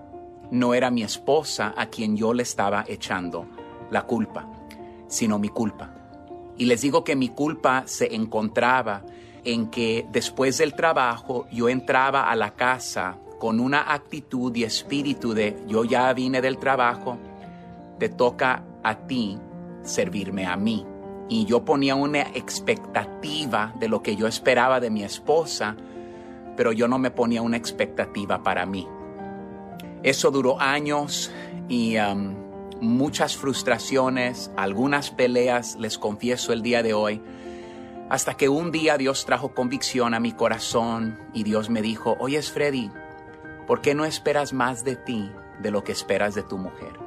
Speaker 20: no era mi esposa a quien yo le estaba echando la culpa, sino mi culpa. Y les digo que mi culpa se encontraba en que después del trabajo yo entraba a la casa con una actitud y espíritu de yo ya vine del trabajo, te toca a ti servirme a mí. Y yo ponía una expectativa de lo que yo esperaba de mi esposa, pero yo no me ponía una expectativa para mí. Eso duró años y um, muchas frustraciones, algunas peleas, les confieso el día de hoy, hasta que un día Dios trajo convicción a mi corazón y Dios me dijo, oye Freddy, ¿por qué no esperas más de ti de lo que esperas de tu mujer?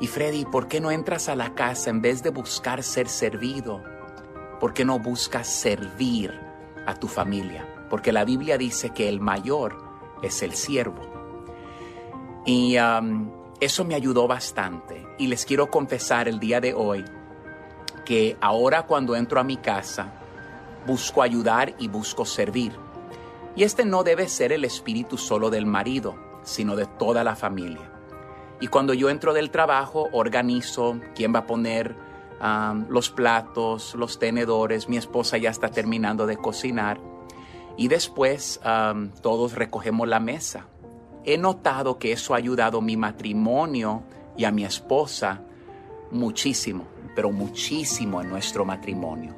Speaker 20: Y Freddy, ¿por qué no entras a la casa en vez de buscar ser servido? ¿Por qué no buscas servir a tu familia? Porque la Biblia dice que el mayor es el siervo. Y um, eso me ayudó bastante. Y les quiero confesar el día de hoy que ahora cuando entro a mi casa, busco ayudar y busco servir. Y este no debe ser el espíritu solo del marido, sino de toda la familia. Y cuando yo entro del trabajo, organizo quién va a poner um, los platos, los tenedores, mi esposa ya está terminando de cocinar. Y después um, todos recogemos la mesa. He notado que eso ha ayudado a mi matrimonio y a mi esposa muchísimo, pero muchísimo en nuestro matrimonio.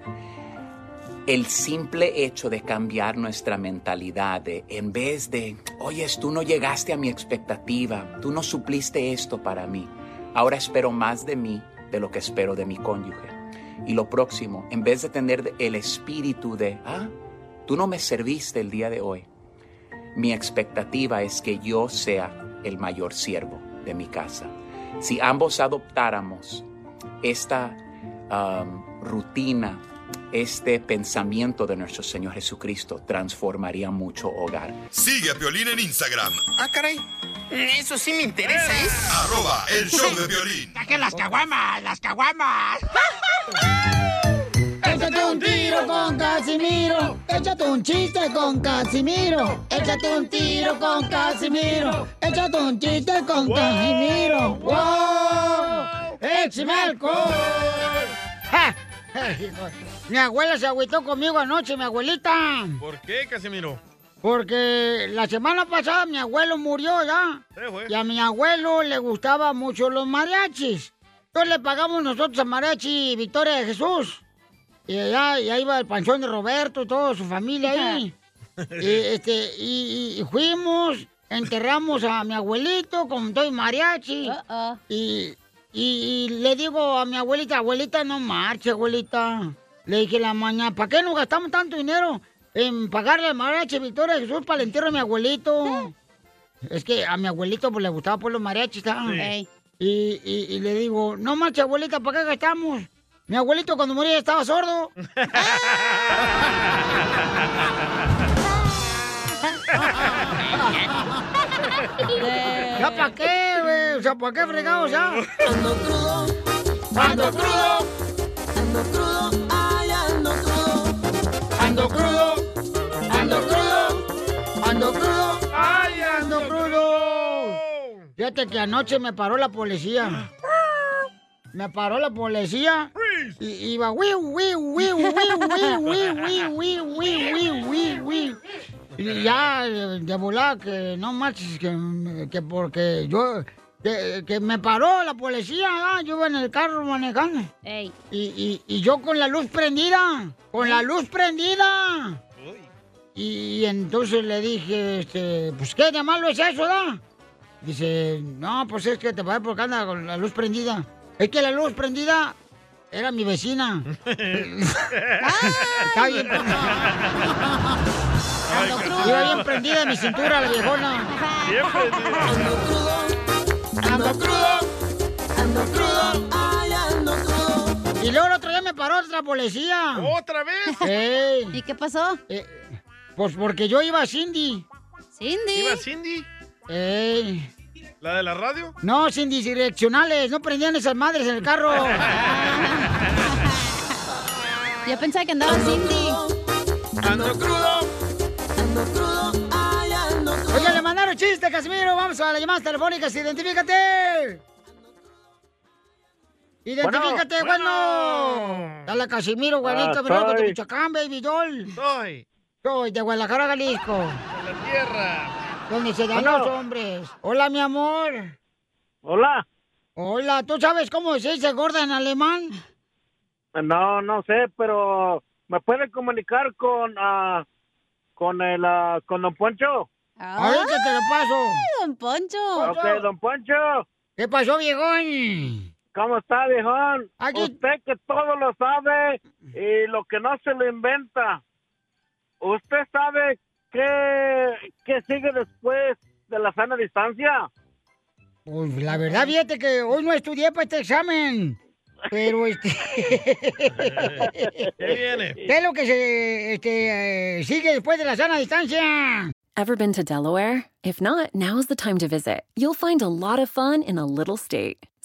Speaker 20: El simple hecho de cambiar nuestra mentalidad, de, en vez de, oyes, tú no llegaste a mi expectativa, tú no supliste esto para mí, ahora espero más de mí de lo que espero de mi cónyuge. Y lo próximo, en vez de tener el espíritu de, ah, tú no me serviste el día de hoy, mi expectativa es que yo sea el mayor siervo de mi casa. Si ambos adoptáramos esta um, rutina, este pensamiento de nuestro Señor Jesucristo, transformaría mucho hogar.
Speaker 5: Sigue a Violín en Instagram.
Speaker 20: Ah, caray.
Speaker 21: Eso sí me interesa, ¿eh?
Speaker 5: Arroba Ah, el show de violín.
Speaker 21: ¡Saquen las caguamas! ¡Las caguamas!
Speaker 1: Échate un tiro con Casimiro. Échate un chiste con Casimiro. Échate un tiro con Casimiro. Échate un chiste con Casimiro. ¡Wow! ¡Échame alcohol! ¡Ja! Mi abuela se agüitó conmigo anoche, mi abuelita.
Speaker 2: ¿Por qué, Casimiro?
Speaker 1: Porque la semana pasada mi abuelo murió ya.
Speaker 2: Se fue.
Speaker 1: Y a mi abuelo le gustaba mucho los mariachis. Entonces le pagamos nosotros a Mariachi Victoria de Jesús. Y allá, y ahí iba el panchón de Roberto y toda su familia ahí. y, este, y, y- y fuimos, enterramos a mi abuelito con todo el mariachi. Y, y- y le digo a mi abuelita, abuelita, no marche, abuelita. Le dije la mañana, ¿para qué nos gastamos tanto dinero en pagarle al mariachi Victoria de Jesús para el entierro de mi abuelito? Es que a mi abuelito pues, le gustaba por los mariachis, ¿sabes?
Speaker 3: Sí. Ey.
Speaker 1: Y, y- y le digo, no marche, abuelita, ¿para qué gastamos? Mi abuelito cuando moría estaba sordo. ¿Ya para qué, güey? O sea, ¿para qué fregados ya? Ando crudo, ando crudo, ando crudo, ay, ando crudo. Ando crudo, ando crudo, ando crudo, ay, ando crudo. Fíjate que anoche me paró la policía. Me paró la policía. Y iba, wi, wi, wi, wi, wi, wi, wi, wi, wi, wi, wi, wi. Y ya, eh, de volada, que no marches, que, que porque yo, que, que me paró la policía, ah, yo iba en el carro manejando.
Speaker 3: Ey.
Speaker 1: Y, y- y yo con la luz prendida, con la luz prendida. Y entonces le dije, este, pues qué de malo es eso, ¿da? Dice, no, pues es que te paré porque anda con la luz prendida. Es que la luz prendida era mi vecina. Está bien, pues. Iba bien prendida de mi cintura la viejona.
Speaker 2: Bien
Speaker 1: Ando crudo, ando crudo, ando crudo, ay, la policía.
Speaker 2: ¿Otra vez?
Speaker 1: ¿Y qué pasó? pues porque yo iba a Cindy. ¿Cindy?
Speaker 2: ¿Iba Cindy?
Speaker 1: Ey.
Speaker 2: ¿La de la radio?
Speaker 1: No, sin direccionales, no prendían esas madres en el carro.
Speaker 3: Yo pensaba que andaba Cindy.
Speaker 2: Ando crudo.
Speaker 3: Ando crudo. Ay, ando
Speaker 1: Oye, le mandaron chiste, Casimiro. Vamos a las llamadas telefónicas. Identifícate. Identifícate, bueno. Dale, Casimiro, güerito,
Speaker 2: Ah,
Speaker 1: bro, de
Speaker 2: soy.
Speaker 1: Michoacán, baby doll.
Speaker 2: Soy.
Speaker 1: Soy de Guadalajara, Jalisco.
Speaker 2: De la tierra.
Speaker 1: Donde se dan
Speaker 2: Bueno.
Speaker 1: los hombres. Hola, mi amor.
Speaker 12: Hola.
Speaker 1: Hola, ¿tú sabes cómo se dice gorda en alemán?
Speaker 12: No, no sé, pero ¿me pueden comunicar con ah, con el ah, con Don Poncho?
Speaker 1: Ahorita te lo paso.
Speaker 3: Don Poncho.
Speaker 12: Ok, Don Poncho.
Speaker 1: ¿Qué pasó, viejón?
Speaker 12: ¿Cómo está, viejón?
Speaker 1: Aquí-
Speaker 12: Usted que todo lo sabe y lo que no se lo inventa. ¿Usted sabe qué, qué sigue después de la sana distancia?
Speaker 1: Pues la verdad, fíjate que hoy no estudié para este examen. Pero este.
Speaker 2: ¿Qué viene?
Speaker 1: ¿Qué es lo que se este, eh, sigue después de la sana distancia?
Speaker 22: Ever been to Delaware? If not, now is the time to visit. You'll find a lot of fun in a little state.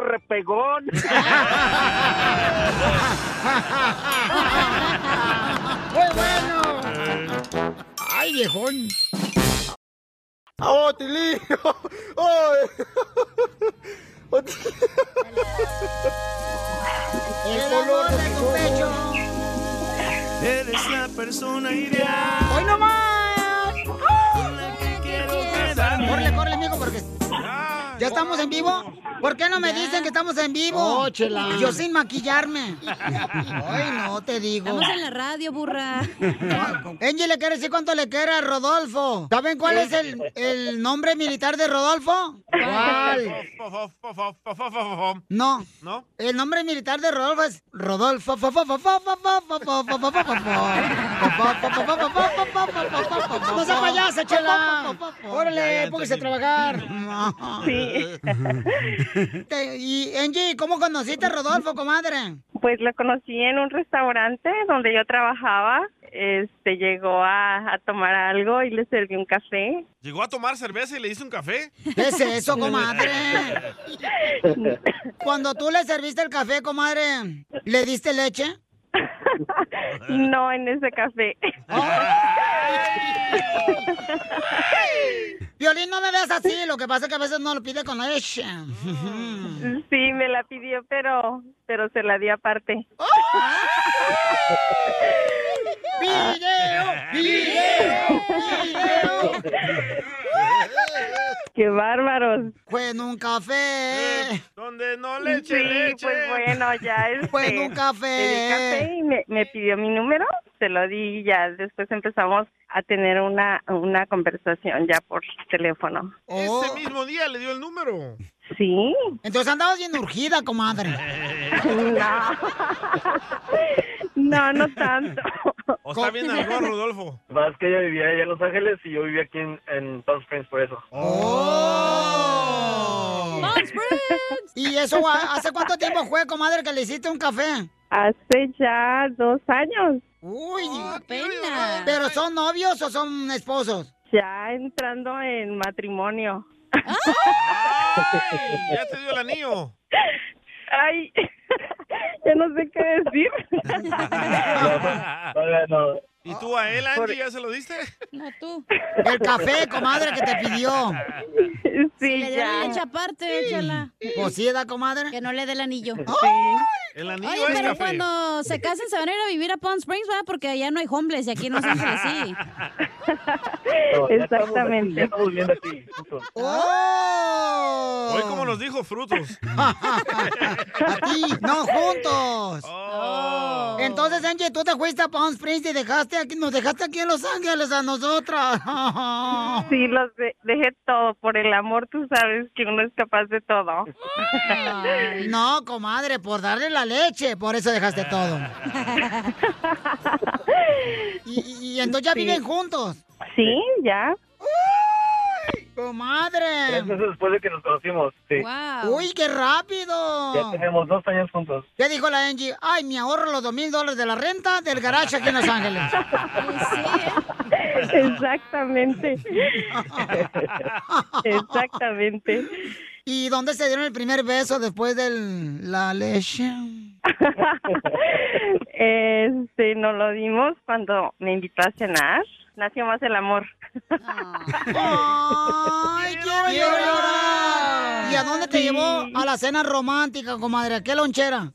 Speaker 12: repegón.
Speaker 1: ¡Muy
Speaker 2: Eh.
Speaker 1: bueno! ¡Ay, viejón!
Speaker 7: ¡Oh, Tilín! ¡Oh! ¡Oh, Tilín!
Speaker 1: El color de tu pecho.
Speaker 16: Eres la persona ideal.
Speaker 1: ¡Hoy no más! Corre, corre, amigo, porque. ¿Ya estamos en vivo? ¿Por qué no me dicen que estamos en vivo?
Speaker 16: Oh, chela.
Speaker 1: Yo sin maquillarme. Ay, no te digo.
Speaker 3: Estamos en la radio, burra.
Speaker 1: Angie le quiere decir cuánto le quiere a Rodolfo. ¿Saben cuál es el, el nombre militar de Rodolfo? ¿Cuál? No.
Speaker 2: ¿No?
Speaker 1: El nombre militar de Rodolfo es Rodolfo. fo, fo, fo, fo, fo, fo, fo, fo, fo, fo, fo, fo, fo, fo, fo, fo, fo, fo, fo, fo, fo, fo. No sea payasa, chela. Órale, póngase a trabajar.
Speaker 8: Sí.
Speaker 1: Te- Y Angie, ¿cómo conociste a Rodolfo, comadre?
Speaker 8: Pues lo conocí en un restaurante donde yo trabajaba. Este llegó a, a tomar algo y le serví un café.
Speaker 2: ¿Llegó a tomar cerveza y le hice un café?
Speaker 1: ¿Qué es eso, comadre? Cuando tú le serviste el café, comadre, ¿le diste leche?
Speaker 8: No en ese café.
Speaker 1: Oh, Violín, no me veas así. Lo que pasa es que a veces no lo pide con leche.
Speaker 8: Sí, me la pidió, pero pero se la di aparte.
Speaker 1: ¡Video! ¡Video! ¡Video! en un café.
Speaker 2: Eh, Donde no le eche
Speaker 8: Sí,
Speaker 2: leche.
Speaker 8: pues bueno, ya este. es.
Speaker 1: Pues un café.
Speaker 8: y me, me pidió mi número, se lo di y ya después empezamos a tener una, una conversación ya por teléfono.
Speaker 1: Oh.
Speaker 2: Ese mismo día le dio el número.
Speaker 8: Sí.
Speaker 1: Entonces andabas bien urgida, comadre.
Speaker 8: No, no tanto.
Speaker 2: O está bien al gorro, Rodolfo.
Speaker 9: Más que ella vivía allá en Los Ángeles y yo vivía aquí en, en Palm Springs por eso.
Speaker 1: Oh. ¿Y eso a- hace cuánto tiempo fue, comadre, que le hiciste un café?
Speaker 8: Hace ya dos años.
Speaker 1: Uy,
Speaker 3: Oh,
Speaker 1: pena. ¿Pero son novios o son esposos?
Speaker 8: Ya entrando en matrimonio.
Speaker 2: Ya te dio el anillo.
Speaker 8: Ay, ya no sé qué decir.
Speaker 2: ¿Y tú a él, Angie, ya se lo diste?
Speaker 3: No tú.
Speaker 1: El café, comadre, que te pidió.
Speaker 3: Sí, le dieron
Speaker 1: ya.
Speaker 3: leche aparte, échala.
Speaker 1: Pues sí, da, comadre.
Speaker 3: Que no le dé el anillo.
Speaker 2: El
Speaker 3: Oye,
Speaker 2: anillo es
Speaker 3: pero
Speaker 2: café.
Speaker 3: cuando se casen se van a ir a vivir a Palm Springs, ¿verdad? Porque allá no hay homeless y aquí en Los Ángeles sí.
Speaker 8: Exactamente.
Speaker 1: Oh.
Speaker 2: Hoy como nos dijo frutos.
Speaker 1: A ti, no juntos.
Speaker 8: Oh.
Speaker 1: Entonces, Angie, tú te fuiste a Palm Springs y dejaste aquí, nos dejaste aquí en Los Ángeles a nosotras.
Speaker 8: Sí, los de- dejé todo por el amor, tú sabes que uno es capaz de todo.
Speaker 1: No, comadre, por darle la leche, por eso dejaste todo. Y, y- y entonces ya
Speaker 8: Sí.
Speaker 1: viven juntos.
Speaker 8: Sí, ya.
Speaker 9: Tres
Speaker 1: Comadre.
Speaker 9: meses después de que nos conocimos, sí.
Speaker 1: Uy, qué rápido.
Speaker 9: Ya tenemos dos años juntos.
Speaker 1: ¿Qué dijo la Angie? Ay, me ahorro los dos mil dólares de la renta del garage aquí en Los Ángeles.
Speaker 8: Exactamente. Exactamente.
Speaker 1: ¿Y dónde se dieron el primer beso después de la leche?
Speaker 8: Este, nos lo dimos cuando me invitó a cenar. Nació más el amor.
Speaker 1: ¡Ay, quiero, llorar! ¿Y a dónde te llevó? A la cena romántica, comadre. ¿A ¿Qué lonchera?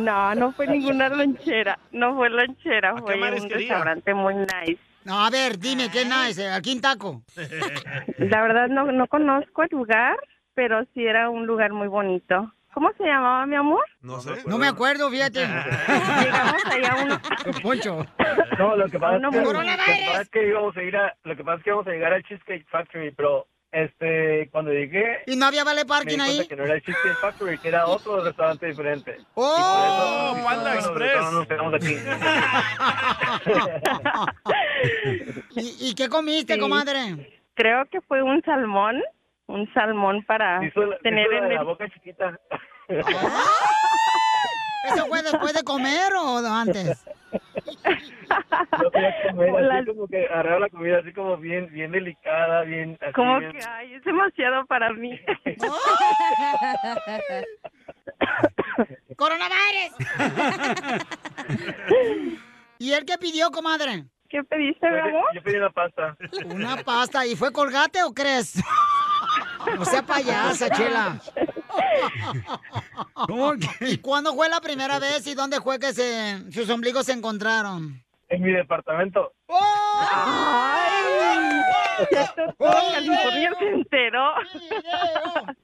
Speaker 8: No, no fue ninguna lonchera. No fue lonchera, fue un
Speaker 1: marisquería?
Speaker 8: restaurante muy nice.
Speaker 1: No, a ver, dime, ¿qué nice? ¿Aquí en taco?
Speaker 8: La verdad no, no conozco el lugar, pero sí era un lugar muy bonito. ¿Cómo se llamaba, mi amor?
Speaker 2: No sé.
Speaker 1: No me acuerdo, fíjate.
Speaker 8: Llegamos allá a uno...
Speaker 1: Poncho.
Speaker 9: No, lo que pasa,
Speaker 8: No,
Speaker 9: es, que,
Speaker 8: no,
Speaker 9: lo que pasa es que íbamos a ir a, lo que pasa es que íbamos a llegar al Cheesecake Factory, pero este, cuando llegué,
Speaker 1: ¿Y no había vale
Speaker 9: me di
Speaker 1: parking
Speaker 9: cuenta
Speaker 1: ahí?
Speaker 9: que no era el Cheesecake Factory, que era otro restaurante diferente.
Speaker 1: ¡Oh!
Speaker 9: Panda Express. No, nos quedamos aquí.
Speaker 1: ¿Y, y qué comiste,
Speaker 8: Sí.
Speaker 1: comadre?
Speaker 8: Creo que fue un salmón, un salmón para tener
Speaker 9: hizo la
Speaker 8: en
Speaker 9: de la
Speaker 8: el-
Speaker 9: boca chiquita.
Speaker 1: ¿Eso fue después de comer o antes?
Speaker 9: Yo quería comer así
Speaker 8: Las-
Speaker 9: como que agarrar Eh, la comida así como bien, bien delicada, bien así.
Speaker 8: Como
Speaker 9: bien-
Speaker 8: que, ay, es demasiado para mí.
Speaker 1: ¡Coronavirus! ¿Y él qué pidió, comadre?
Speaker 8: ¿Qué pediste,
Speaker 9: Yo, yo pedí una pasta.
Speaker 1: Una pasta. ¿Y fue colgate o crees? No sea payasa, chela. ¿Y cuándo fue la primera vez y dónde fue que se, sus ombligos se encontraron?
Speaker 9: En mi departamento.
Speaker 8: Ya to- todo California se enteró.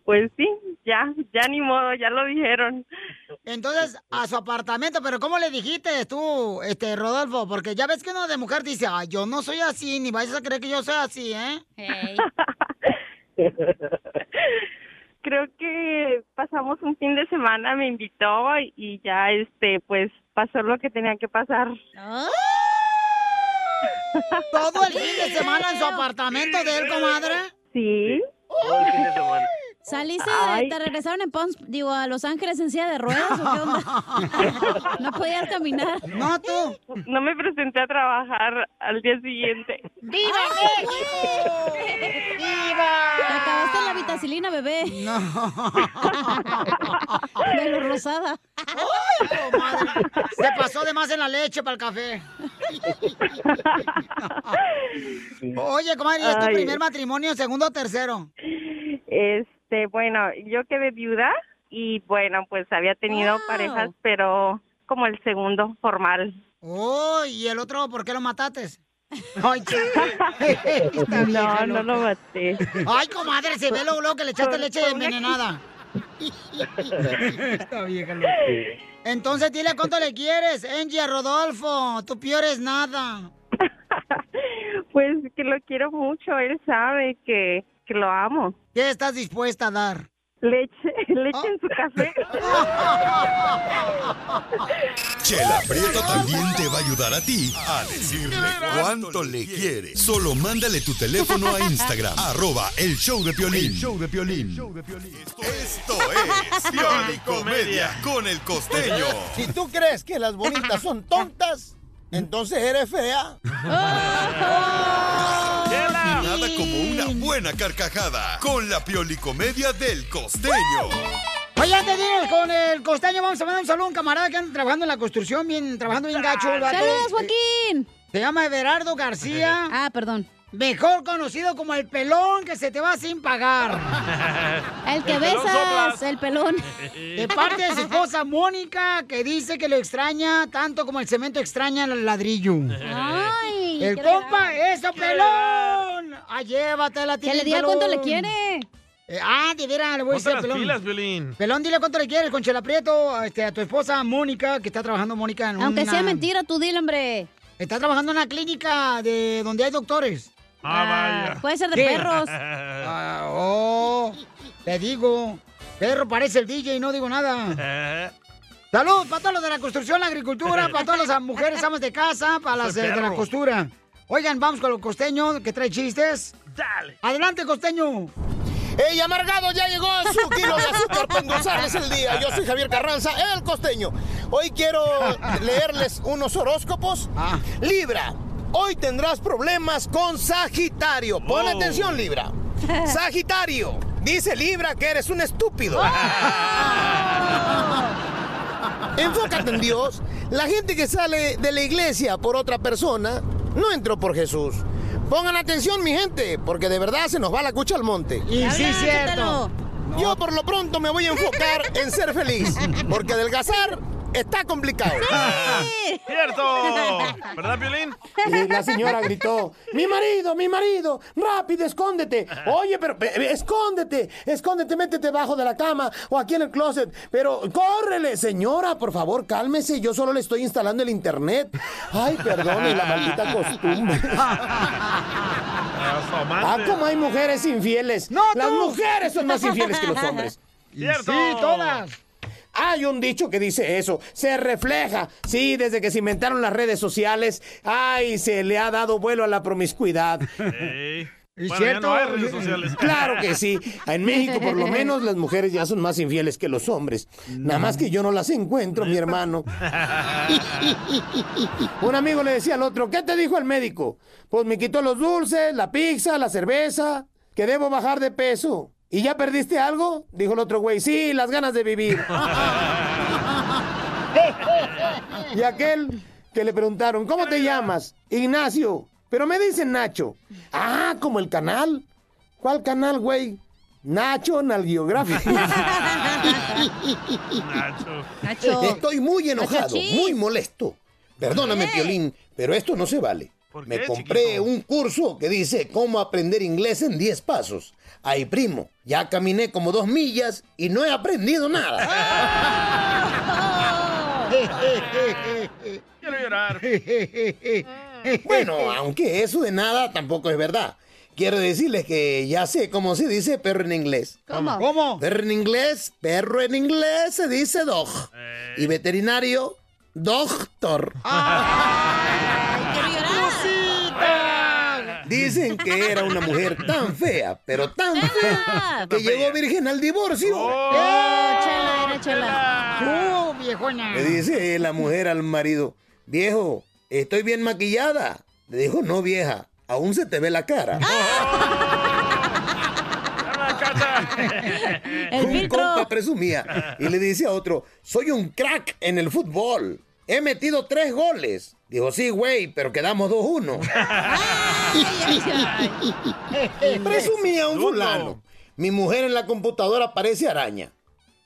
Speaker 8: Pues sí, ya, ya ni modo, ya lo dijeron.
Speaker 1: Entonces, a su apartamento, pero ¿cómo le dijiste tú, este, Rodolfo? Porque ya ves que uno de mujer dice, ah, yo no soy así, ni vayas a creer que yo soy así, ¿eh?
Speaker 8: Creo que pasamos un fin de semana, me invitó y ya, este, pues pasó lo que tenía que pasar.
Speaker 1: ¿Todo el fin de semana en su apartamento de él, comadre?
Speaker 8: Sí.
Speaker 3: ¿Saliste,
Speaker 8: Ay.
Speaker 3: te regresaron en Palm, digo, a Los Ángeles en silla de ruedas o qué onda? no podías caminar.
Speaker 1: No, tú.
Speaker 8: No me presenté a trabajar al día siguiente.
Speaker 1: ¡Viva México! ¡Viva!
Speaker 3: Te acabaste la vitacilina, bebé.
Speaker 1: No.
Speaker 3: De lo rosada.
Speaker 1: Se pasó de más en la leche para el café. Oye, comadre, ¿y ¿es tu
Speaker 8: Ay.
Speaker 1: primer matrimonio, segundo o tercero?
Speaker 8: Este, bueno, yo quedé viuda y bueno, pues había tenido
Speaker 1: Wow.
Speaker 8: parejas, pero como el segundo formal.
Speaker 1: Oh, ¿y el otro por qué lo mataste? Ay,
Speaker 8: No, no lo maté.
Speaker 1: Ay, comadre, se ve luego, luego que le echaste leche
Speaker 8: Pobre-
Speaker 1: envenenada. Esta vieja loca. Entonces dile cuánto le quieres, Angie, a Rodolfo. Tú peores nada.
Speaker 8: Pues que lo quiero mucho, él sabe que, que lo amo.
Speaker 1: ¿Qué estás dispuesta a dar? Oh.
Speaker 8: Leche, leche en su café.
Speaker 5: Chela Prieto también te va a ayudar a ti a decirle cuánto le quiere. Solo mándale tu teléfono a Instagram, arroba el show de Piolín. show de Piolín. Esto es Piolicomedia con el Costeño.
Speaker 10: Si tú crees que las bonitas son tontas, entonces eres fea.
Speaker 5: Nada como una buena carcajada con la Piolicomedia del Costeño.
Speaker 1: Oye, antes de ir con el costeño, vamos a mandar un saludo a un camarada que anda trabajando en la construcción, bien, trabajando bien gacho. el vato.
Speaker 16: ¡Saludos,
Speaker 1: Joaquín! Se llama Everardo García. Ah, perdón. Mejor conocido como el pelón que se te va sin pagar.
Speaker 16: El que besas, eh, el pelón.
Speaker 1: De parte de su esposa Mónica, que dice que lo extraña tanto como el cemento extraña el ladrillo.
Speaker 16: Ay,
Speaker 1: ¡El
Speaker 16: qué
Speaker 1: compa,
Speaker 16: legal.
Speaker 1: eso,
Speaker 16: Qué
Speaker 1: pelón! ¡Ah, llévatela,
Speaker 16: Que le
Speaker 1: Tilín,
Speaker 16: diga cuánto le
Speaker 1: pelón.
Speaker 16: quiere.
Speaker 1: Eh, ah, de veras, le voy a
Speaker 2: Ponte
Speaker 1: decir al
Speaker 2: las
Speaker 1: pelón.
Speaker 2: pilas, Violín.
Speaker 1: Pelón, dile cuánto le quieres, con Chela Prieto, este, a tu esposa Mónica, que está trabajando Mónica en
Speaker 16: Aunque
Speaker 1: una-
Speaker 16: sea mentira, tú dile, hombre.
Speaker 1: Está trabajando en una clínica de donde hay doctores.
Speaker 16: Ah, vaya. puede ser de
Speaker 1: Sí.
Speaker 16: perros.
Speaker 1: Ah, oh, te digo, perro parece el DJ y no digo nada. Salud para todos los de la construcción, la agricultura, para todas las mujeres amas de casa, para las
Speaker 16: Ese
Speaker 1: eh, de la
Speaker 16: perro.
Speaker 1: costura. Oigan, vamos con los costeños que trae chistes.
Speaker 2: Dale.
Speaker 1: Adelante, costeño.
Speaker 10: ¡Ey, amargado! Ya llegó su kilo de azúcar para endulzarles el día. Yo soy Javier Carranza, el costeño. Hoy quiero leerles unos horóscopos. Libra, hoy tendrás problemas con Sagitario. Pon atención, Libra. Sagitario, dice Libra que eres un estúpido. Enfócate en Dios. La gente que sale de la iglesia por otra persona no entró por Jesús. Pongan atención, mi gente, porque de verdad se nos va la cucha al monte.
Speaker 1: Y sí, Habla, cierto.
Speaker 10: Yo por lo pronto me voy a enfocar en ser feliz, porque adelgazar está complicado.
Speaker 2: ¡Cierto! ¿Verdad, Violín?
Speaker 10: Y la señora gritó, mi marido, mi marido, rápido, escóndete. Oye, pero pe- pe- escóndete, escóndete, métete debajo de la cama o aquí en el closet. Pero córrele, señora, por favor, cálmese, yo solo le estoy instalando el internet. Ay, perdone, la maldita costumbre. Ah, como hay mujeres infieles. No, Las mujeres son más infieles que los hombres.
Speaker 2: ¡Cierto!
Speaker 10: Sí, todas. Hay un dicho que dice eso, se refleja. Sí, desde que se inventaron las redes sociales, ay, se le ha dado vuelo a la promiscuidad.
Speaker 2: Ey.
Speaker 10: ¿Es
Speaker 2: Bueno, ya no hay redes sociales.
Speaker 10: Claro que sí. En México, por lo menos, las mujeres ya son más infieles que los hombres. Nada más que yo no las encuentro, mi hermano. Un amigo le decía al otro, ¿qué te dijo el médico? Pues me quitó los dulces, la pizza, la cerveza, que debo bajar de peso. ¿Y ya perdiste algo? Dijo el otro güey, sí, las ganas de vivir. Y aquel que le preguntaron, ¿cómo te llamas? Ignacio. Pero me dicen Nacho. Ah, como el canal. ¿Cuál canal, güey? Nacho Nalgiográfico.
Speaker 2: Nacho.
Speaker 10: Nacho. Estoy muy enojado,
Speaker 2: Nachachín.
Speaker 10: muy molesto. Perdóname, Piolín, pero esto no se vale. Me compré un curso que dice cómo aprender inglés en 10 pasos. Ay, primo, ya caminé como dos millas y no he aprendido nada.
Speaker 2: Quiero llorar.
Speaker 10: Bueno, aunque eso de nada tampoco es verdad. Quiero decirles que ya sé cómo se dice perro en inglés.
Speaker 1: ¿Cómo? ¿Cómo?
Speaker 10: Perro en inglés, perro en inglés se dice dog. Y veterinario, doctor.
Speaker 16: Ah.
Speaker 10: Dicen que era una mujer tan fea, pero tan fea, que llegó virgen al divorcio.
Speaker 1: Oh. Eh, chela, era chela. ¡Uh, viejona!
Speaker 10: Le dice la mujer al marido, viejo, estoy bien maquillada. Le dijo, no vieja, aún se te ve la cara. un compa presumía y le dice a otro, soy un crack en el fútbol. He metido tres goles. Dijo, sí, güey, pero quedamos 2-1. Presumía un fulano. Mi mujer en la computadora parece araña.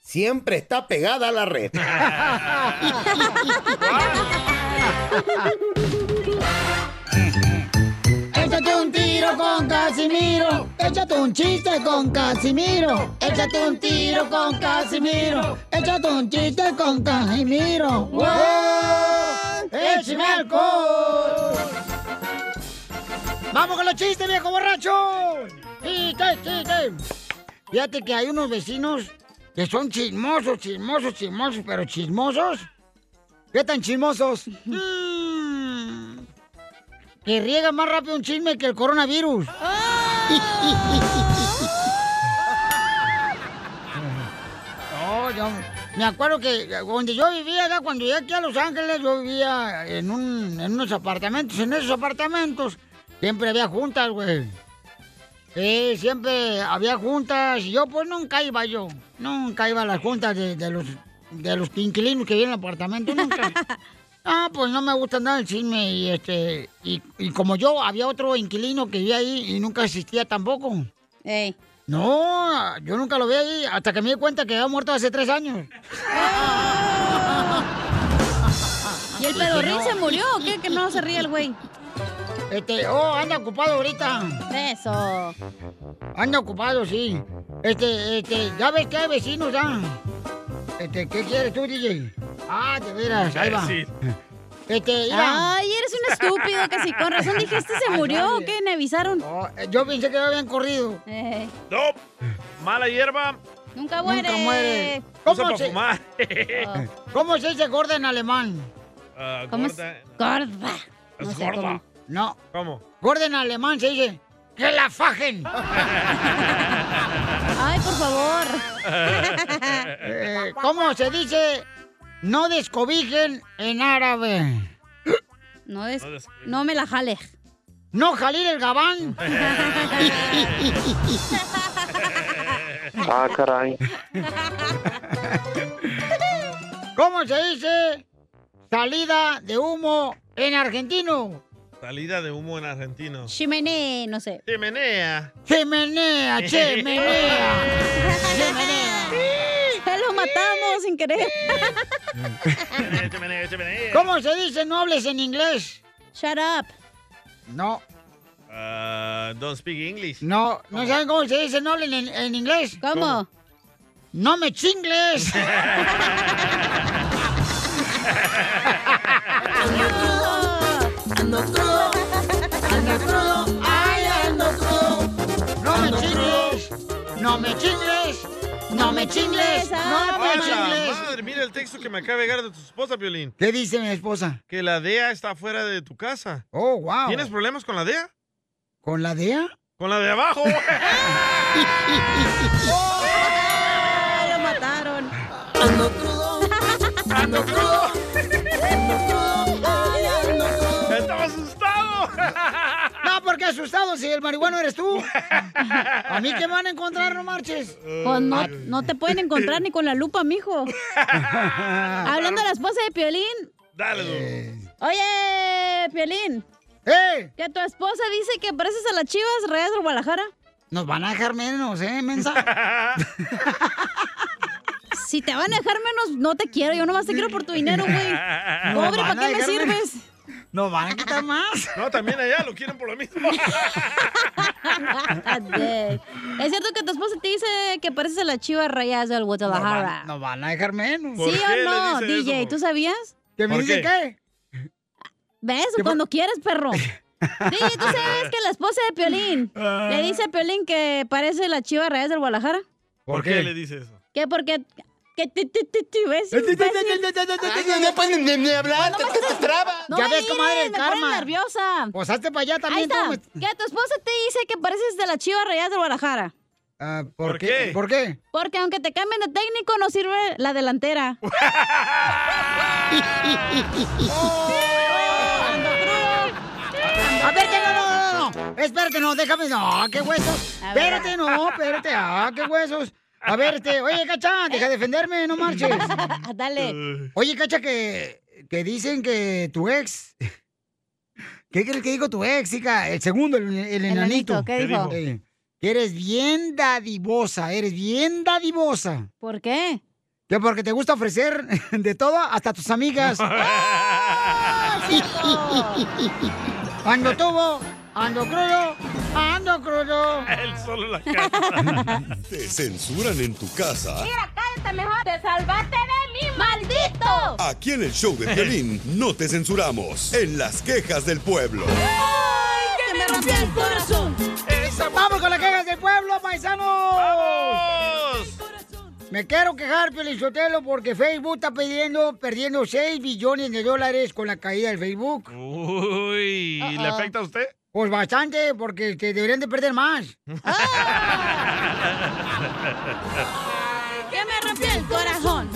Speaker 10: Siempre está pegada a la red.
Speaker 1: Échate un chiste con Casimiro. Échate un tiro con Casimiro. Échate un chiste con Casimiro. ¡Wow! ¡Échame alcohol! ¡Vamos con los chistes, viejo borracho! ¡Chiste, chiste! Fíjate que hay unos vecinos que son chismosos, chismosos, chismosos, pero chismosos. ¿Qué tan chismosos? Mm, que riega más rápido un chisme que el coronavirus. No, yo me acuerdo que donde yo vivía, ya cuando llegué aquí a Los Ángeles, yo vivía en, un- en unos apartamentos. En esos apartamentos siempre había juntas, güey. Sí, siempre había juntas. y Yo pues nunca iba yo. Nunca iba a las juntas de, de los, de los inquilinos que viven en el apartamento. Nunca. Ah, pues no me gusta nada el chisme y este y, y como yo había otro inquilino que vivía ahí y nunca asistía tampoco. No, yo nunca lo vi ahí hasta que me di cuenta que había muerto hace tres años.
Speaker 3: ¿Y el pedorrín se murió o qué? Que no se ríe el güey.
Speaker 1: Este, oh, anda ocupado ahorita.
Speaker 3: Eso.
Speaker 1: Anda ocupado, sí. Este, este, ya ves que hay vecinos ya. Este, ¿qué quieres tú, DJ? Ah, de veras, ahí va.
Speaker 16: Imbécil.
Speaker 1: Este,
Speaker 3: Ay, eres un estúpido, casi. Con razón dije, ¿este se murió o qué? ¿Me avisaron?
Speaker 1: eh, yo pensé que lo habían corrido.
Speaker 2: No, mala hierba.
Speaker 3: Nunca muere.
Speaker 1: Nunca muere.
Speaker 2: ¿Cómo para
Speaker 1: se-
Speaker 2: fumar.
Speaker 1: ¿Cómo se dice gorda en alemán?
Speaker 2: Ah,
Speaker 1: ¿Cómo es?
Speaker 2: gorda.
Speaker 1: Gorda.
Speaker 2: Es gorda.
Speaker 1: No.
Speaker 2: ¿Cómo?
Speaker 1: Gorda en alemán se dice que la fajen.
Speaker 3: Ay, por favor.
Speaker 1: Eh, ¿Cómo se dice no descobijen en árabe?
Speaker 3: No, des- no me la jale.
Speaker 1: No jalir el gabán.
Speaker 16: Ah, caray.
Speaker 1: ¿Cómo se dice salida de humo en argentino?
Speaker 2: Salida de humo en argentino.
Speaker 3: Chimenea, no sé.
Speaker 2: Chimenea.
Speaker 1: Chimenea, E, chimenea. Chimenea.
Speaker 3: Ya lo matamos sin querer.
Speaker 2: Chimenea, chimenea.
Speaker 1: ¿Cómo se dice no hables en inglés?
Speaker 3: Shut up.
Speaker 1: No,
Speaker 2: Ah, don't speak English.
Speaker 1: no, no saben cómo se dice no hablen en, en inglés.
Speaker 2: ¿Cómo?
Speaker 1: No me chingles.
Speaker 16: Ando crudo, ando crudo, ay, ando crudo.
Speaker 1: No me chingles, no me chingles, no me chingles, no me
Speaker 2: Hola,
Speaker 1: chingles.
Speaker 2: madre, mira el texto que me acaba de llegar de tu esposa, Piolín.
Speaker 1: ¿Qué dice mi esposa?
Speaker 2: Que la DEA está fuera de tu casa.
Speaker 1: Oh, wow.
Speaker 2: ¿Tienes problemas con la DEA?
Speaker 1: ¿Con la DEA?
Speaker 2: Con la de abajo. Ah,
Speaker 3: Ay, lo mataron.
Speaker 16: Ando crudo, ando crudo, ando crudo, ay, ando crudo.
Speaker 2: Estaba asustado.
Speaker 1: No, porque asustado si el marihuano eres tú. A mí que me van a encontrar, no marches.
Speaker 3: Pues no, no te pueden encontrar ni con la lupa, mijo. Hablando de la esposa de Piolín.
Speaker 2: Dale,
Speaker 3: Oye, Piolín.
Speaker 1: ¡Eh!
Speaker 3: Que tu esposa dice que pareces a las chivas Reyes del Guadalajara.
Speaker 1: Nos van a dejar menos, ¿eh, mensa?
Speaker 3: Si te van a dejar menos, no te quiero. Yo nomás te quiero por tu dinero, güey.
Speaker 2: Nos
Speaker 3: Pobre,
Speaker 2: van a
Speaker 3: ¿para qué me
Speaker 2: dejar menos.
Speaker 3: sirves?
Speaker 1: No van a quitar más.
Speaker 2: No, también allá lo quieren por lo mismo.
Speaker 3: Ande. ¿Es cierto que tu esposa te dice que pareces a las chivas Reyes del Guadalajara?
Speaker 1: Nos van a dejar menos.
Speaker 3: ¿Sí o no, DJ? ¿Tú sabías?
Speaker 1: ¿Que me
Speaker 3: ¿Por
Speaker 1: dicen
Speaker 3: qué?
Speaker 1: qué?
Speaker 3: ¿Ves? Cuando quieres, perro. DJ, ¿tú sabes que la esposa de Piolín le dice a Piolín que parece la chiva Reyes del Guadalajara?
Speaker 2: ¿Por qué le dice eso?
Speaker 3: ¿Qué? Porque... Que te, te, te, te ves
Speaker 1: Eh,
Speaker 4: No pueden ni- ni hablar, te, te- te trabas.
Speaker 3: No me miren, me ponen nerviosa.
Speaker 1: Pues hazte para allá
Speaker 3: Ahí
Speaker 1: también.
Speaker 3: está.
Speaker 1: tú, me-
Speaker 3: Que tu esposa te dice que pareces de la chiva Reyes del Guadalajara.
Speaker 1: Ah, ¿por, qué? ¿Por qué?
Speaker 3: Porque aunque te cambien de técnico, no sirve la delantera.
Speaker 1: A ver, que no, no, no, no. Espérate, no, déjame. No, qué huesos.
Speaker 16: A ver.
Speaker 1: Espérate, no, espérate. Ah, qué huesos. A ver, este, oye, cacha, deja de defenderme, no marches.
Speaker 3: Dale.
Speaker 1: Oye, cacha, que, que dicen que tu ex. ¿Qué crees que dijo tu ex, hija? El segundo, el, el enanito.
Speaker 3: enanito, ¿qué ¿Qué dijo? dijo?
Speaker 1: Eh, que eres bien dadivosa, eres bien dadivosa.
Speaker 3: ¿Por qué?
Speaker 1: Que porque te gusta ofrecer de todo hasta a tus amigas. ando tubo, ando crudo, Ando crudo.
Speaker 2: Él solo la canta.
Speaker 5: Te censuran en tu casa.
Speaker 3: cállate mejor. Te salvaste de mí, maldito.
Speaker 5: Aquí en el show de violín no te censuramos. En las quejas del pueblo.
Speaker 16: ¡Ay, que me rompió el corazón!
Speaker 1: ¡Vamos con las quejas del pueblo, paisanos! ¡Vamos! Me quiero quejar, Pelizotelo, porque Facebook está pidiendo, perdiendo 6 billones de dólares con la caída del Facebook.
Speaker 2: Uy, ¿le
Speaker 1: Ah, ah.
Speaker 2: afecta a usted?
Speaker 1: Pues bastante, porque te deberían de perder más. Ah.
Speaker 3: Que me rompió el corazón.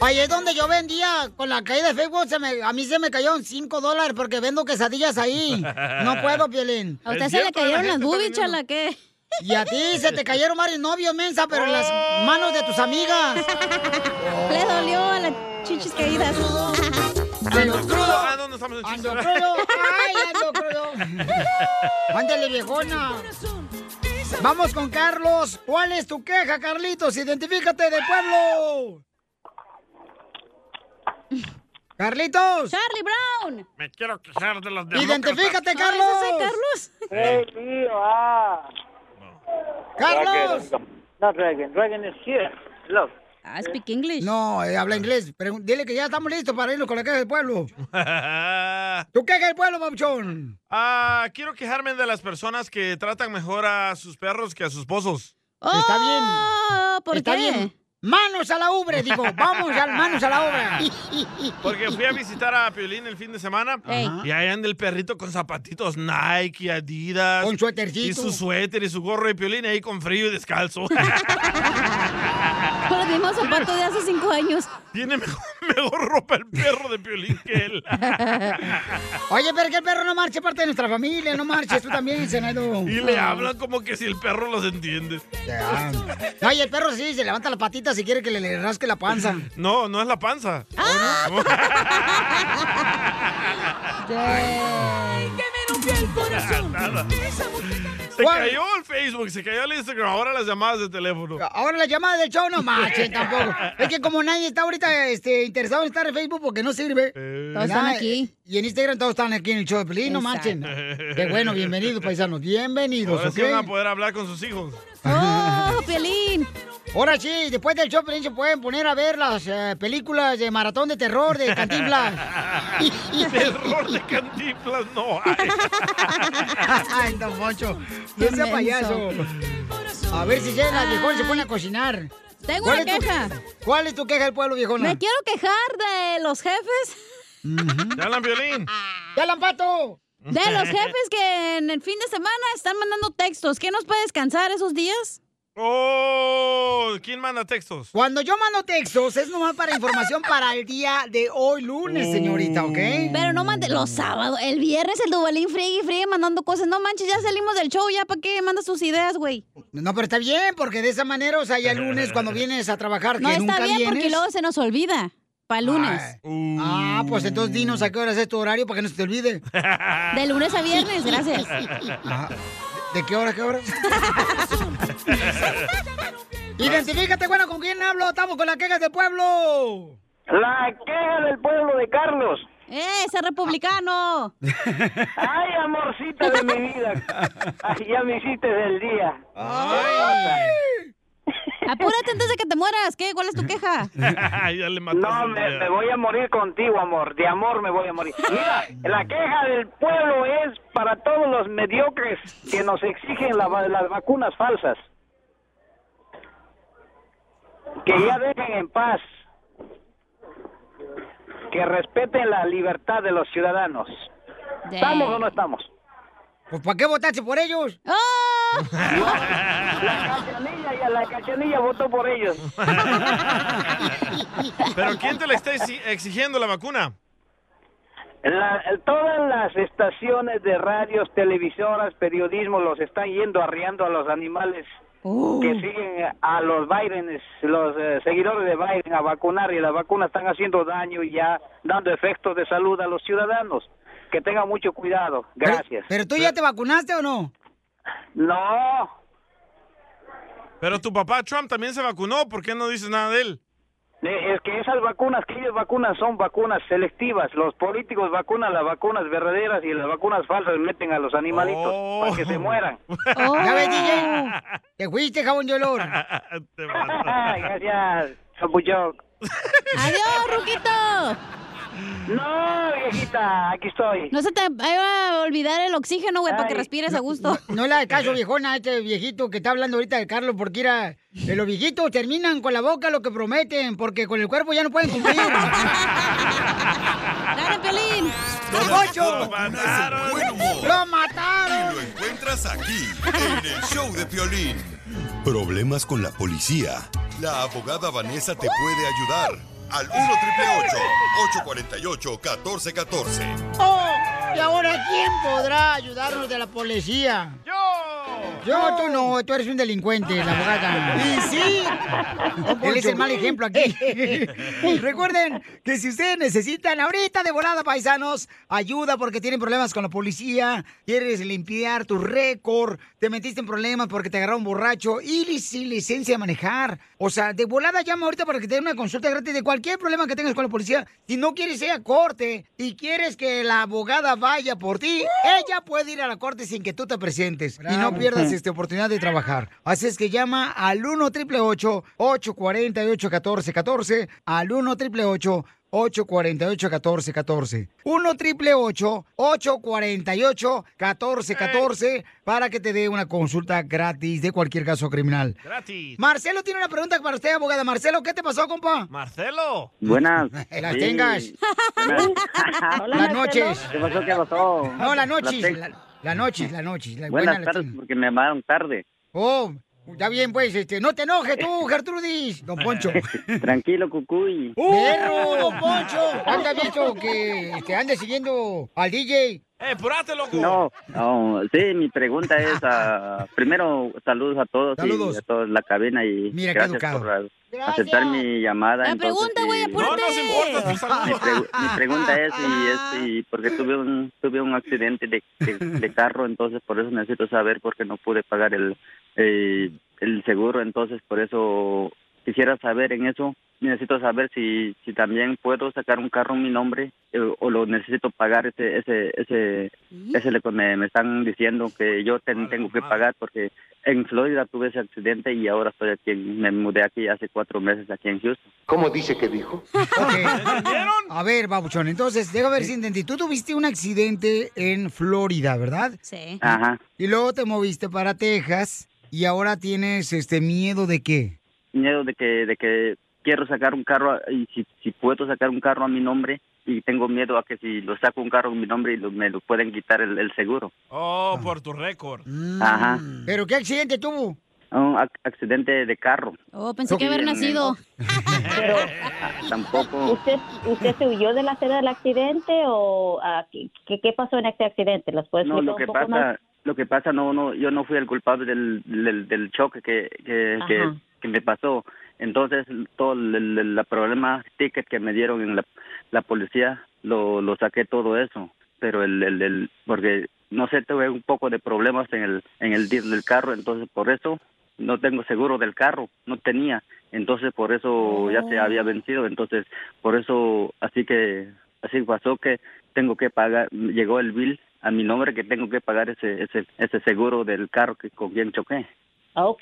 Speaker 1: Ahí es donde yo vendía, con la caída de Facebook, se me- a mí se me cayeron 5 dólares porque vendo quesadillas ahí. No puedo, Piolín.
Speaker 3: ¿A usted Es se le cierto, la cayeron gente las está boobies, vendiendo. chala, qué?
Speaker 1: Y a ti se te cayeron varios novios, mensa, pero en las manos de tus amigas.
Speaker 3: Le dolió a las chichis caídas.
Speaker 1: Ando crudo.
Speaker 2: Ah, ¿dónde estamos en
Speaker 1: Ando crudo. Ay, ando crudo. Ándale, viejona. Vamos con Carlos. ¿Cuál es tu queja, Carlitos? Identifícate de pueblo. Carlitos.
Speaker 3: Charlie Brown.
Speaker 2: Me quiero quejar de los demócratas.
Speaker 1: Identifícate, Carlos.
Speaker 2: Eh,
Speaker 23: tío, ah.
Speaker 1: Carlos.
Speaker 23: Not Reagan. Reagan is here. Look.
Speaker 3: I Ah, speak English.
Speaker 1: No, eh, habla inglés. Pregun- dile que ya estamos listos para irnos con la queja del pueblo. ¿Tu queja del pueblo, Papuchón?
Speaker 2: Ah, quiero quejarme de las personas que tratan mejor a sus perros que a sus pozos.
Speaker 1: Está bien.
Speaker 3: ¿por
Speaker 1: Está
Speaker 3: qué?
Speaker 1: bien. Manos a la obra, digo. Vamos, al- manos a la obra.
Speaker 2: Porque fui a visitar a Piolín el fin de semana
Speaker 1: Ey.
Speaker 2: y ahí anda el perrito con zapatitos Nike, Adidas.
Speaker 1: Con suétercito.
Speaker 2: Y su suéter y su gorro de Piolín ahí con frío y descalzo.
Speaker 3: Con los mismos zapatos de hace cinco años.
Speaker 2: Tiene mejor, mejor ropa el perro de Piolín que él.
Speaker 1: Oye, pero que el perro no marche parte de nuestra familia, no marches tú también, Senado.
Speaker 2: Y le hablan como que si el perro los entiende.
Speaker 1: No, y el perro sí, se levanta la patita si quiere que le, le rasque la panza.
Speaker 2: No, no es la panza.
Speaker 16: ¡Ay, que me rompió el corazón!
Speaker 2: Nada. Se cayó el Facebook, se cayó el Instagram, ahora las llamadas de teléfono.
Speaker 1: Ahora la llamada del show no marchen tampoco. Es que como nadie está ahorita este, interesado en estar en Facebook porque no sirve.
Speaker 3: Todos
Speaker 1: ¿verdad?
Speaker 3: están aquí.
Speaker 1: Y en Instagram todos están aquí en el show de Pelín, no
Speaker 2: Exacto.
Speaker 1: marchen. Qué bueno, bienvenidos, paisanos. Bienvenidos,
Speaker 2: Ahora
Speaker 1: ¿ok?
Speaker 2: sí van a poder hablar con sus hijos.
Speaker 1: ¡Oh, Pelín! Ahora sí, después del show, Pelín, se pueden poner a ver las eh, películas de maratón de terror de Cantinflas.
Speaker 2: Terror de cantiflas no hay.
Speaker 1: Ay, don Poncho, no sea
Speaker 16: Inmenso.
Speaker 1: payaso. A ver si llega, viejón, se pone a cocinar.
Speaker 3: Tengo
Speaker 1: ¿Cuál
Speaker 3: una
Speaker 1: es tu-
Speaker 3: queja.
Speaker 1: ¿Cuál es tu queja del pueblo, viejona?
Speaker 3: Me quiero quejar de los jefes.
Speaker 2: ¿Te hablan violín?
Speaker 1: ¡Ya lampato!
Speaker 3: De los jefes que en el fin de semana están mandando textos. ¿Qué nos puede descansar esos días?
Speaker 2: ¡Oh! ¿Quién manda textos?
Speaker 1: Cuando yo mando textos, es nomás para información para el día de hoy, lunes, señorita, ¿ok?
Speaker 3: Pero no mande los sábados. El viernes el Dubalín friegue y friegue mandando cosas. No manches, ya salimos del show. ¿Ya para qué mandas tus ideas, güey?
Speaker 1: No, pero está bien, porque de esa manera, o sea, ya el lunes cuando vienes a trabajar, que
Speaker 3: No está
Speaker 1: nunca
Speaker 3: bien
Speaker 1: vienes.
Speaker 3: porque luego se nos olvida. Para lunes.
Speaker 1: Ah, pues entonces dinos a qué hora es tu horario para que no se te olvide.
Speaker 3: De lunes a viernes, gracias.
Speaker 1: Ah, ¿De qué hora, a qué hora? Identifícate, bueno, ¿con quién hablo? Estamos con las quejas del pueblo.
Speaker 23: La queja del pueblo de Carlos.
Speaker 3: ¡Eh, ese republicano!
Speaker 23: Ay, amorcita de mi vida. Ay, ya me hiciste del día.
Speaker 3: Apúrate antes de que te mueras. ¿Qué? ¿Cuál es tu queja?
Speaker 2: ya le mataste
Speaker 23: No,
Speaker 2: el
Speaker 23: me,
Speaker 2: día.
Speaker 23: me voy a morir contigo, amor. De amor me voy a morir. Mira, la queja del pueblo es para todos los mediocres que nos exigen la va- las vacunas falsas. Que ya dejen en paz. Que respeten la libertad de los ciudadanos. ¿Estamos o no estamos?
Speaker 1: Pues ¿para qué votaste por ellos?
Speaker 3: ¡Oh!
Speaker 23: Cachanilla, ya la cachanilla votó por ellos.
Speaker 2: ¿Pero quién te la está exi- exigiendo la vacuna?
Speaker 23: La- todas las estaciones de radios, televisoras, periodismo los están yendo arriando a los animales que siguen a los Bidenes, los eh, seguidores de Biden a vacunar y las vacunas están haciendo daño y ya dando efectos de salud a los ciudadanos. Que tengan mucho cuidado. Gracias.
Speaker 1: ¿Pero tú ya te vacunaste o no?
Speaker 23: No,
Speaker 2: Pero tu papá Trump también se vacunó, ¿por qué no dices nada de él?
Speaker 6: Eh, Es que esas vacunas, que ellos vacunas son vacunas selectivas. Los políticos vacunan las vacunas verdaderas y las vacunas falsas meten a los animalitos para que se
Speaker 2: Oh.
Speaker 6: mueran.
Speaker 1: ¿Ya ves, DJ? Te fuiste, jabón de olor.
Speaker 6: Gracias, champullón.
Speaker 3: ¡Adiós, Ruquito!
Speaker 6: No, viejita, aquí estoy.
Speaker 3: No se te eh, va a olvidar el oxígeno, güey, para que
Speaker 1: Ay.
Speaker 3: respires a gusto.
Speaker 1: No le hagas caso, viejona, a este viejito que está hablando ahorita de Carlos, porque era. eh, Los viejitos terminan con la boca lo que prometen, porque con el cuerpo ya no pueden cumplir. ¡Dale, Pelín! ¡Ocho! ¡Lo mataron!
Speaker 5: Lo encuentras aquí, en el show de Piolín. Problemas con la policía. La abogada Vanessa te puede ayudar. Al 1 848 1414
Speaker 1: ¡Oh! ¿Y ahora quién podrá ayudarnos de la policía? ¡Yo! Yo, tú no, tú eres un delincuente, la abogada. ¡Y sí! Él es el mal ejemplo aquí. Recuerden que si ustedes necesitan ahorita de volada, paisanos, ayuda porque tienen problemas con la policía, quieres limpiar tu récord, te metiste en problemas porque te agarraron borracho y li- sin licencia de manejar. O sea, de volada llama ahorita para que te den una consulta gratis de cualquier problema que tengas con la policía. Si no quieres ir a corte y quieres que la abogada vaya por ti, ella puede ir a la corte sin que tú te presentes y no
Speaker 10: Bravo.
Speaker 1: pierdas esta oportunidad de trabajar. Así es que llama al 1 triple 848 1414 al 1 triple 848 1414 1 triple 848 1414 para que te dé una consulta gratis de cualquier caso criminal.
Speaker 2: Gratis.
Speaker 1: Marcelo tiene una pregunta para usted, abogada. Marcelo, ¿qué te pasó, compa?
Speaker 2: Marcelo.
Speaker 6: Buenas.
Speaker 1: Las
Speaker 6: Sí.
Speaker 1: tengas. las noches.
Speaker 6: ¿Qué pasó? ¿Qué pasó?
Speaker 1: No, las noches.
Speaker 6: Las-
Speaker 1: La, la noches, la noches. La
Speaker 6: Buenas
Speaker 1: buena, la-
Speaker 6: tardes, porque me llamaron tarde.
Speaker 1: Oh, está bien, pues, este, no te enojes tú, Gertrudis. Don Poncho.
Speaker 6: Tranquilo, cucuy.
Speaker 1: ¡Perro, don Poncho! Anda visto que este, anda siguiendo al DJ.
Speaker 2: ¡Eh, purate, loco!
Speaker 6: No, no, sí, mi pregunta es, ah, primero, saludos a todos
Speaker 1: Saludos.
Speaker 6: y a todos en la cabina y
Speaker 1: Mira qué
Speaker 6: gracias
Speaker 1: educado.
Speaker 6: por ah, aceptar mi llamada.
Speaker 3: La
Speaker 6: Entonces,
Speaker 3: pregunta, güey, apúrate.
Speaker 6: mi, pregu- mi pregunta es si es si- porque tuve un tuve un accidente de, de, de carro, entonces por eso necesito saber porque no pude pagar el eh, el seguro, entonces por eso quisiera saber en eso. Necesito saber si si también puedo sacar un carro en mi nombre eh, o lo necesito pagar ese ese ese ese lo que me, me están diciendo que yo ten- tengo que pagar porque en Florida tuve ese accidente y ahora estoy aquí, en- me mudé aquí hace cuatro meses aquí en Houston. ¿Cómo dice que dijo?
Speaker 1: A ver, babuchón, entonces, déjame ver si entendí. Tú tuviste un accidente en Florida, ¿verdad?
Speaker 3: Sí.
Speaker 6: Ajá.
Speaker 1: Y luego te moviste para Texas y ahora tienes este miedo de qué?
Speaker 6: miedo de que de que quiero sacar un carro a- y si, si puedo sacar un carro a mi nombre y tengo miedo a que si lo saco un carro a mi nombre y lo- me lo pueden quitar el, el seguro.
Speaker 2: Oh, por tu récord.
Speaker 6: Ajá.
Speaker 1: ¿Pero qué accidente tuvo?
Speaker 6: Un ac- accidente de carro.
Speaker 3: Oh, pensé que haber nacido.
Speaker 6: Ah, Tampoco.
Speaker 11: ¿Usted, usted se huyó de la escena del accidente o ah, qué, qué- qué pasó en este accidente? ¿Las puedes
Speaker 6: No,
Speaker 11: explicar
Speaker 6: lo que
Speaker 11: un poco
Speaker 6: pasa,
Speaker 11: más?
Speaker 6: lo que pasa, no, no, yo no fui el culpable del, del, del choque que, que, que,
Speaker 11: Ajá.
Speaker 6: que me pasó. Entonces, todo el, el- el problema, ticket que me dieron en la, la policía, lo, lo saqué todo eso. Pero el, el, el- porque, no sé, tuve un poco de problemas en el, en el deal del carro, entonces por eso no tengo seguro del carro, no tenía. Entonces, por eso ya se
Speaker 13: Oh.
Speaker 6: había vencido. Entonces, por eso, así que, así pasó que tengo que pagar, llegó el bill a mi nombre que tengo que pagar ese ese, ese seguro del carro que con quien choqué.
Speaker 11: Ok,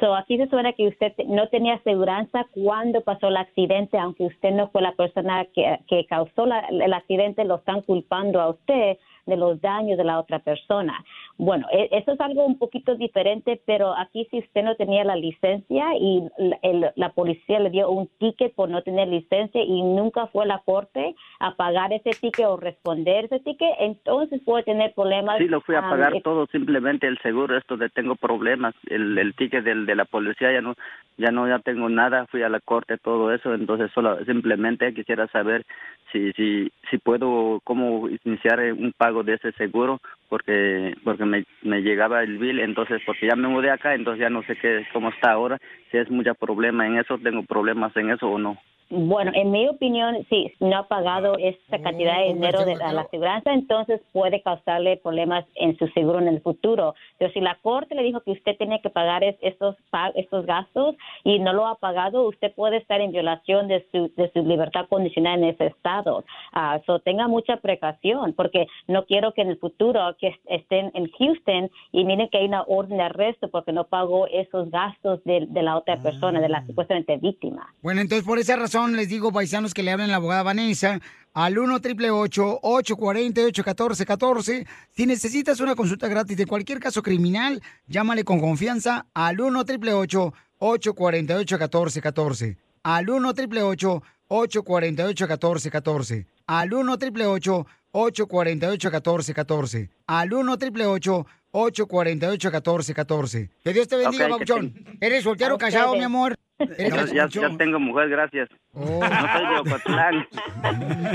Speaker 11: so aquí se suena que usted te- no tenía aseguranza cuando pasó el accidente, aunque usted no fue la persona que, que causó la- el accidente, lo están culpando a usted de los daños de la otra persona. Bueno, e- eso es algo un poquito diferente, pero aquí si usted no tenía la licencia y la- el- la policía le dio un ticket por no tener licencia y nunca fue a la corte a pagar ese ticket o responder ese ticket, entonces puede tener problemas.
Speaker 6: Sí, lo fui a
Speaker 11: um,
Speaker 6: pagar todo, simplemente el seguro, esto de tengo problemas, el, el ticket del, de la policía ya no ya no ya tengo nada, fui a la corte todo eso, entonces solo simplemente quisiera saber si si si puedo cómo iniciar eh, un pago de ese seguro porque porque me, me llegaba el bill, entonces porque ya me mudé acá, entonces ya no sé qué cómo está ahora, si es mucho problema en eso, tengo problemas en eso o no.
Speaker 11: Bueno, en mi opinión, si no ha pagado esta cantidad de dinero de a la aseguranza, entonces puede causarle problemas en su seguro en el futuro. Pero si la corte le dijo que usted tiene que pagar es- estos, pa- estos gastos y no lo ha pagado, usted puede estar en violación de su, de su libertad condicional en ese estado. Ah, so tenga mucha precaución, porque no quiero que en el futuro que est- estén en Houston y miren que hay una orden de arresto porque no pagó esos gastos de, de la otra persona, de la supuestamente víctima.
Speaker 1: Bueno, entonces por esa razón les digo, paisanos, que le hablen a la abogada Vanessa al 1 888 848 1414 Si necesitas una consulta gratis de cualquier caso criminal, llámale con confianza al 1 888 848 1414 Al 1 888 848 1414 Al 1 888 848 1414 Al 1 888 848 1414 Que Dios te bendiga,
Speaker 6: Ok, que
Speaker 1: Papuchón. ¿Eres soltero
Speaker 6: A
Speaker 1: o casado,
Speaker 6: ustedes.
Speaker 1: mi amor? ¿Eres
Speaker 6: Ya, ya-
Speaker 1: papuchón?
Speaker 6: ya tengo mujer, gracias. No soy de Ocotlán.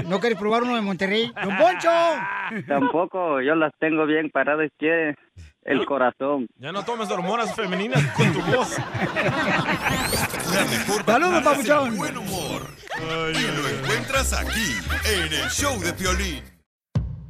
Speaker 1: Oh. ¿No quieres probar uno de Monterrey? ¡Don Poncho!
Speaker 6: Tampoco, yo las tengo bien paradas, quiere el corazón.
Speaker 2: Ya no tomes hormonas femeninas con tu voz.
Speaker 1: Saludos,
Speaker 5: papuchón. Buen humor. Y lo encuentras aquí, en el show de Piolín.